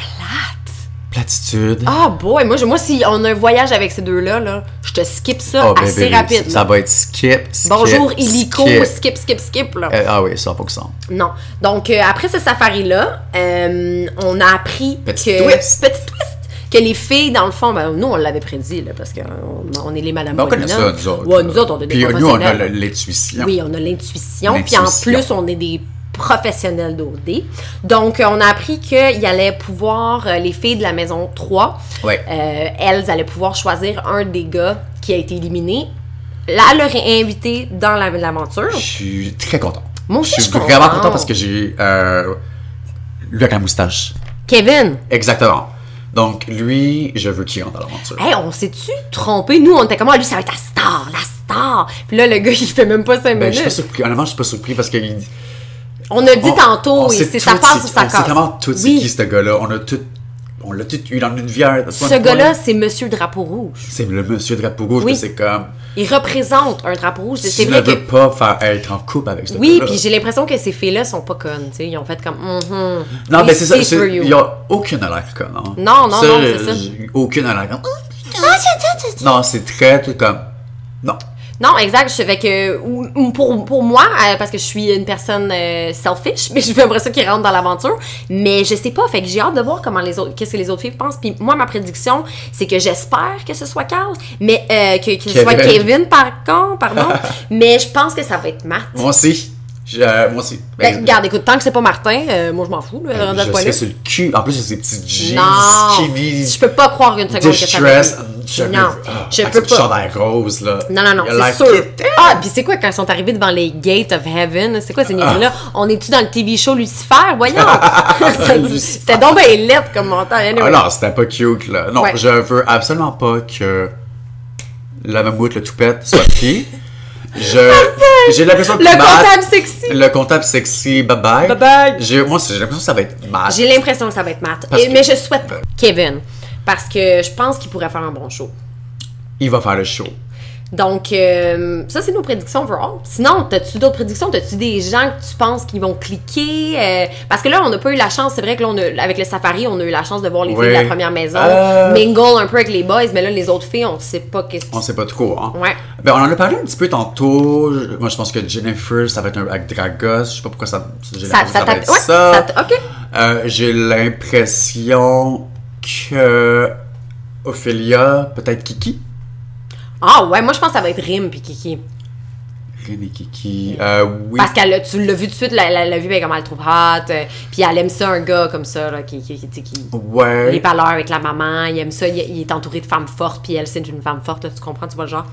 Speaker 5: Plates. Platitude.
Speaker 4: Ah boy, moi, je- moi, si on a un voyage avec ces deux-là, là, je te skip ça
Speaker 5: Ah,
Speaker 4: assez
Speaker 5: bébé,
Speaker 4: rapide.
Speaker 5: Ça
Speaker 4: là.
Speaker 5: va être skip. skip,
Speaker 4: Bonjour, illico,
Speaker 5: skip.
Speaker 4: skip, skip, skip, là.
Speaker 5: Euh, ah oui, ça n'a pas que ça.
Speaker 4: Non. Donc, euh, après ce safari-là, euh, on a appris
Speaker 5: Petit
Speaker 4: que...
Speaker 5: twist.
Speaker 4: Petit twist! Que les filles, dans le fond, ben, nous, on l'avait prédit, là, parce qu'on on est les Madame
Speaker 5: Ben, on connaît
Speaker 4: Paulina.
Speaker 5: ça, nous autres.
Speaker 4: Ouais, nous autres, on est des
Speaker 5: Puis euh, nous, on a le-
Speaker 4: professionnels.
Speaker 5: l'intuition.
Speaker 4: Oui, on a l'intuition. Puis en
Speaker 5: L'intuition.
Speaker 4: plus, on est des professionnels d'OD. Donc, euh, on a appris qu'il allait pouvoir, euh, les filles de la maison 3,
Speaker 5: Ouais.
Speaker 4: euh, elles allaient pouvoir choisir un des gars qui a été éliminé. Là, elle l'aurait invité dans la- l'aventure.
Speaker 5: Je suis très content.
Speaker 4: Moi aussi,
Speaker 5: je suis
Speaker 4: je suis
Speaker 5: vraiment
Speaker 4: contente.
Speaker 5: content parce que j'ai. Euh, lui avec la moustache.
Speaker 4: Kevin,
Speaker 5: Exactement. Donc, lui, je veux qu'il rentre dans l'aventure.
Speaker 4: Hey, on s'est-tu trompé? Nous, on était comme, ah, lui, ça va être la star, la star. Puis là, le gars, il fait même pas 5
Speaker 5: Ben, je suis pas
Speaker 4: minutes.
Speaker 5: surpris. Honnêtement, je suis pas surpris parce que. il-
Speaker 4: On a dit
Speaker 5: on- on
Speaker 4: tantôt, et
Speaker 5: sait
Speaker 4: c'est
Speaker 5: tout
Speaker 4: ça passe
Speaker 5: c'est-
Speaker 4: ou ça
Speaker 5: On sait
Speaker 4: casse.
Speaker 5: vraiment tout c'est
Speaker 4: Oui.
Speaker 5: qui, ce gars-là. On a tout. On l'a tout eu dans une viande.
Speaker 4: Ce gars-là, c'est Monsieur Drapeau Rouge.
Speaker 5: C'est le monsieur drapeau rouge,
Speaker 4: Oui.
Speaker 5: mais c'est comme.
Speaker 4: Il représente un drapeau rouge. C'est
Speaker 5: Tu ne
Speaker 4: vrai que.
Speaker 5: veux pas faire être en couple avec ce
Speaker 4: Oui,
Speaker 5: gars-là.
Speaker 4: puis j'ai l'impression que ces filles-là sont pas connes. tu sais. Ils ont fait comme. mhm.
Speaker 5: Non,
Speaker 4: We
Speaker 5: mais c'est ça.
Speaker 4: see
Speaker 5: c'est-
Speaker 4: through you.
Speaker 5: Il n'y a aucune l'air con. Non,
Speaker 4: Non, non, non, c'est ça.
Speaker 5: j'ai Aucune l'air Non, c'est très, tout comme. Non.
Speaker 4: Non, exact. Je fais que ou- ou pour, pour moi, euh, parce que je suis une personne euh, selfish, [LAUGHS] mais je veux après ça qu'ils rentrent dans l'aventure. Mais je sais pas, fait que j'ai hâte de voir comment les autres, qu'est-ce que les autres filles pensent. Puis moi, ma prédiction, c'est que j'espère que ce soit Carl, mais euh, que, que ce soit
Speaker 5: Kevin.
Speaker 4: Kevin par
Speaker 5: [LAUGHS]
Speaker 4: contre, pardon. mais je pense que ça va être Matt.
Speaker 5: Moi aussi. Je- euh, moi aussi.
Speaker 4: Ben,
Speaker 5: Ben,
Speaker 4: regarde, écoute, tant que c'est pas Martin, euh, moi je m'en fous. là,
Speaker 5: ben,
Speaker 4: rendu à ce
Speaker 5: je
Speaker 4: point-là.
Speaker 5: serais sur le cul. En plus, j'ai ces petites jeans
Speaker 4: non,
Speaker 5: skinny.
Speaker 4: je peux pas croire une seconde que ça va
Speaker 5: Distress.
Speaker 4: être lui.
Speaker 5: jamais
Speaker 4: Non,
Speaker 5: vu. Ah,
Speaker 4: je
Speaker 5: avec
Speaker 4: peux
Speaker 5: ce petit
Speaker 4: pas.
Speaker 5: chandail rose, là.
Speaker 4: Non, non, non,
Speaker 5: Il a
Speaker 4: c'est
Speaker 5: l'air
Speaker 4: sûr. Ah, puis c'est quoi quand ils sont arrivés devant les Gates of Heaven? C'est quoi
Speaker 5: Ah.
Speaker 4: ces niaiseries-là? On est-tu dans le TV show Lucifer?
Speaker 5: [LAUGHS]
Speaker 4: Voyons! C'était donc bien lettre comme montant.
Speaker 5: Ah
Speaker 4: Anyway.
Speaker 5: non, c'était pas cute, là. Non,
Speaker 4: Ouais.
Speaker 5: je veux absolument pas que la mammouth, le toupette, soit pris. Je, j'ai l'impression que
Speaker 4: le
Speaker 5: Matt-
Speaker 4: comptable sexy!
Speaker 5: Le comptable sexy, bye bye.
Speaker 4: Bye-bye.
Speaker 5: J'ai- moi, c'est- j'ai l'impression que ça va être mal.
Speaker 4: J'ai l'impression que ça va être Matt.
Speaker 5: Parce
Speaker 4: Et-
Speaker 5: que-
Speaker 4: Mais je souhaite Kevin. Parce que je pense qu'il pourrait faire un bon show.
Speaker 5: Il va faire le show.
Speaker 4: Donc, euh, ça, c'est nos prédictions overall. Sinon, t'as-tu d'autres prédictions? T'as-tu des gens que tu penses qu'ils vont cliquer? Euh, parce que là, on n'a pas eu la chance. C'est vrai que là, on a- avec le safari, on a eu la chance de voir les
Speaker 5: Oui.
Speaker 4: filles de la première maison.
Speaker 5: Euh.
Speaker 4: Mingle un peu avec les boys, mais là, les autres filles, on sait pas qu'est-ce
Speaker 5: On
Speaker 4: qui
Speaker 5: sait pas trop, hein?
Speaker 4: Ouais.
Speaker 5: Ben, on en a parlé un petit peu tantôt. Je- Moi, je pense que Jennifer, ça va être un avec Dragos. Je sais pas pourquoi ça. j'ai
Speaker 4: Ça,
Speaker 5: l'impression
Speaker 4: ça
Speaker 5: que va
Speaker 4: tape.
Speaker 5: être
Speaker 4: Ouais,
Speaker 5: ça.
Speaker 4: ça t- ok.
Speaker 5: Euh, j'ai l'impression que. Ophélia, peut-être Kiki.
Speaker 4: Ah ouais, moi, je pense que ça va être Rim puis Kiki.
Speaker 5: René
Speaker 4: Mm.
Speaker 5: Kiki. Euh, oui.
Speaker 4: Parce qu'elle, a- tu l'as vu tout de suite, elle elle l'a vu, ben, comme elle le trouve hot. euh, puis elle aime ça, un gars comme ça, là, qui, qui, qui, tu sais, qui-
Speaker 5: Ouais. [LAUGHS]
Speaker 4: les valeurs avec la maman, il aime ça, il, il est entouré de femmes fortes, puis elle, c'est une femme forte, là, tu comprends, tu vois le genre?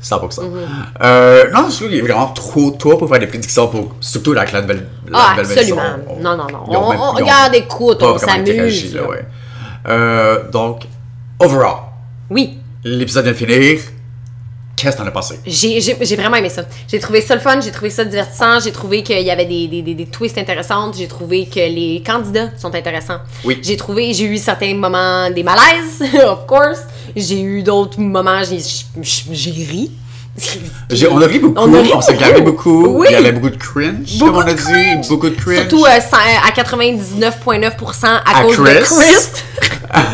Speaker 5: Ça pour ça.
Speaker 4: Mm-hmm.
Speaker 5: Euh, non, je trouve qu'il est vraiment trop tôt pour faire des prédictions pour surtout la clan de Belle la
Speaker 4: Ah,
Speaker 5: Belle Belle-
Speaker 4: absolument.
Speaker 5: on- on-
Speaker 4: Non, non, non.
Speaker 5: ils ont
Speaker 4: On-
Speaker 5: même-
Speaker 4: on
Speaker 5: ils ont
Speaker 4: regarde, écoute,
Speaker 5: pas
Speaker 4: on
Speaker 5: vraiment
Speaker 4: s'amuse,
Speaker 5: interagi, là,
Speaker 4: là.
Speaker 5: ouais. Euh, donc, overall,
Speaker 4: Oui,
Speaker 5: l'épisode vient de finir. Qu'est-ce que t'en as passé?
Speaker 4: j'ai j'ai- j'ai vraiment aimé ça. J'ai trouvé ça le fun, j'ai trouvé ça divertissant, j'ai trouvé qu'il y avait des, des, des, des twists intéressantes, j'ai trouvé que les candidats sont intéressants.
Speaker 5: Oui.
Speaker 4: J'ai trouvé, j'ai eu certains moments des malaises, [LAUGHS] of course. J'ai eu d'autres moments, j'ai j'ai- j'ai ri.
Speaker 5: J'ai- on a ri beaucoup,
Speaker 4: On a ri
Speaker 5: on s'est regardé
Speaker 4: beaucoup.
Speaker 5: beaucoup.
Speaker 4: Oui.
Speaker 5: Il y avait beaucoup de cringe,
Speaker 4: Beaucoup
Speaker 5: comme on a
Speaker 4: de
Speaker 5: dit.
Speaker 4: cringe.
Speaker 5: Beaucoup de cringe.
Speaker 4: Surtout euh, cent- à 99,9% à,
Speaker 5: À
Speaker 4: cause de
Speaker 5: Chris.
Speaker 4: Chris.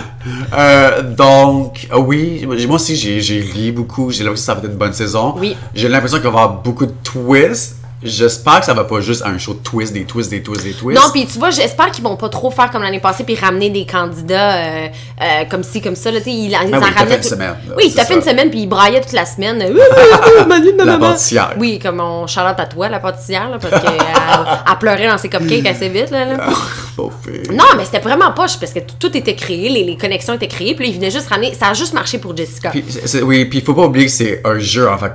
Speaker 5: Euh, donc, euh, oui, j'ai- moi aussi j'ai j'ai ri beaucoup. J'ai l'impression que ça va être une bonne saison.
Speaker 4: Oui.
Speaker 5: J'ai l'impression qu'il va y avoir beaucoup de twists. J'espère que ça va pas juste à un show de twists, des twists, des twists, des twists.
Speaker 4: Non,
Speaker 5: [LAUGHS]
Speaker 4: puis tu vois, j'espère qu'ils vont pas trop faire comme l'année passée puis ramener des candidats euh, euh, comme ci, comme ça. Là, tu sais, ils, ils
Speaker 5: Ah oui,
Speaker 4: en
Speaker 5: t'as fait
Speaker 4: ramenaient
Speaker 5: une
Speaker 4: tout-
Speaker 5: semaine, là,
Speaker 4: Oui,
Speaker 5: c'est
Speaker 4: t'as
Speaker 5: ça.
Speaker 4: fait une semaine puis ils braillaient toute
Speaker 5: [LAUGHS]
Speaker 4: la semaine. Euh, euh, euh, Manu,
Speaker 5: La
Speaker 4: nanana.
Speaker 5: pâtissière.
Speaker 4: Oui, comme on charlotte à toi, la pâtissière, là, parce qu'elle elle pleurait dans ses cupcakes assez vite. Là, là.
Speaker 5: [LAUGHS] Pauvre fille.
Speaker 4: Non, mais c'était vraiment poche parce que tout, tout était créé, les, les connexions étaient créées, puis là, ils venaient juste ramener. Ça a juste marché pour Jessica.
Speaker 5: Puis, c'est- c'est- oui, puis il faut pas oublier que c'est un jeu. En fait,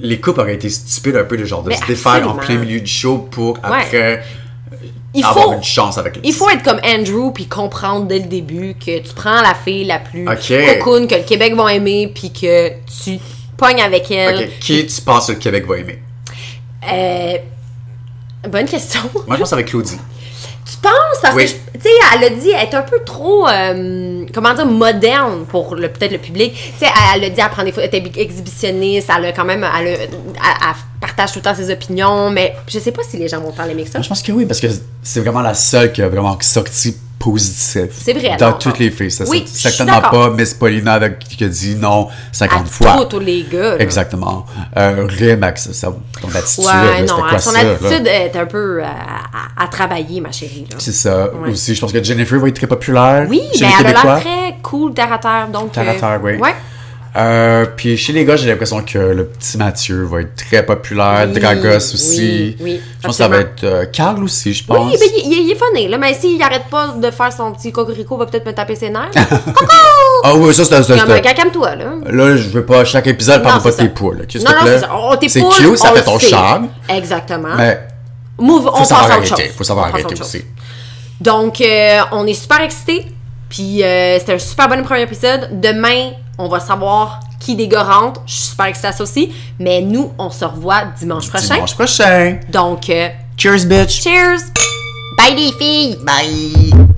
Speaker 5: les couples auraient été stupides un peu de genre de
Speaker 4: Mais
Speaker 5: se défaire en
Speaker 4: absolument.
Speaker 5: plein milieu du show pour après
Speaker 4: il
Speaker 5: avoir
Speaker 4: faut.
Speaker 5: une chance avec les
Speaker 4: Il faut être comme Andrew puis comprendre dès le début que tu prends la fille la plus
Speaker 5: Ok.
Speaker 4: cocoon que le Québec va aimer puis que tu pognes avec elle.
Speaker 5: Ok, Qui tu penses que le Québec va aimer?
Speaker 4: Euh, bonne question.
Speaker 5: Moi, je pense avec Claudie.
Speaker 4: [LAUGHS] Tu penses parce
Speaker 5: Oui.
Speaker 4: que je- tu sais elle a dit elle est un peu trop euh, comment dire moderne pour le peut-être le public. Tu sais elle, elle a dit elle prend des photos, elle était exhibitionniste, elle a quand même elle, a- elle- elle partage tout le temps ses opinions mais je sais pas si les gens vont tant l'aimer que ça.
Speaker 5: Moi, Ah, je pense que oui, parce que c'est vraiment la seule qui a vraiment sorti positif.
Speaker 4: C'est vrai,
Speaker 5: Dans
Speaker 4: non,
Speaker 5: toutes
Speaker 4: non.
Speaker 5: les filles. Ça,
Speaker 4: Oui,
Speaker 5: c'est
Speaker 4: je suis
Speaker 5: certainement
Speaker 4: d'accord.
Speaker 5: pas Miss Paulina avec, qui a dit non 50
Speaker 4: Elle
Speaker 5: fois.
Speaker 4: trop tous les gars. là.
Speaker 5: Exactement. Euh, Remax, ça, ton attitude, là,
Speaker 4: Ouais,
Speaker 5: c'était
Speaker 4: non, hein,
Speaker 5: quoi
Speaker 4: son
Speaker 5: ça, là?
Speaker 4: attitude est un peu euh, à, à travailler, ma chérie. Là.
Speaker 5: C'est ça.
Speaker 4: Ouais.
Speaker 5: Aussi, je pense que Jennifer va être très populaire.
Speaker 4: Oui,
Speaker 5: chez
Speaker 4: mais
Speaker 5: les
Speaker 4: elle a
Speaker 5: Québécois.
Speaker 4: l'air très cool, terre à terre. Donc,
Speaker 5: Terre à
Speaker 4: euh,
Speaker 5: terre, oui.
Speaker 4: Ouais.
Speaker 5: Euh, puis chez les gars, j'ai l'impression que le petit Mathieu va être très populaire,
Speaker 4: Oui,
Speaker 5: Dragos aussi.
Speaker 4: oui, oui,
Speaker 5: je pense que ça va
Speaker 4: absolument.
Speaker 5: être euh, Carl aussi, je
Speaker 4: Oui,
Speaker 5: pense.
Speaker 4: ben, il, il- il est funné, là. Mais s'il arrête pas de faire son petit cocorico, va peut-être me taper
Speaker 5: [LAUGHS]
Speaker 4: ses nerfs.
Speaker 5: Ah oui, ça c'est
Speaker 4: Comme, euh,
Speaker 5: un
Speaker 4: calme-toi, là.
Speaker 5: Là, je veux pas, à chaque épisode,
Speaker 4: Non,
Speaker 5: parle pas de
Speaker 4: c'est
Speaker 5: tes
Speaker 4: ça.
Speaker 5: poules. ok, s'il
Speaker 4: Non,
Speaker 5: te
Speaker 4: non,
Speaker 5: plaît.
Speaker 4: c'est ça. On t'es
Speaker 5: C'est
Speaker 4: poule,
Speaker 5: cute, ça
Speaker 4: on
Speaker 5: fait
Speaker 4: le
Speaker 5: ton
Speaker 4: sait.
Speaker 5: charme.
Speaker 4: Exactement.
Speaker 5: Mais
Speaker 4: Move,
Speaker 5: faut
Speaker 4: on passe
Speaker 5: savoir
Speaker 4: à autre
Speaker 5: arrêter.
Speaker 4: chose.
Speaker 5: Faut savoir
Speaker 4: On passe à
Speaker 5: arrêter
Speaker 4: autre chose.
Speaker 5: aussi.
Speaker 4: Donc, euh, on est super excités. Puis, euh, c'était un super bon premier épisode. Demain, on va savoir qui des gars rentre. Je suis super excitée à ça aussi. Mais nous, on se revoit dimanche prochain.
Speaker 5: Dimanche prochain.
Speaker 4: Donc, euh,
Speaker 5: Cheers, bitch.
Speaker 4: cheers! Bye les filles!
Speaker 1: Bye.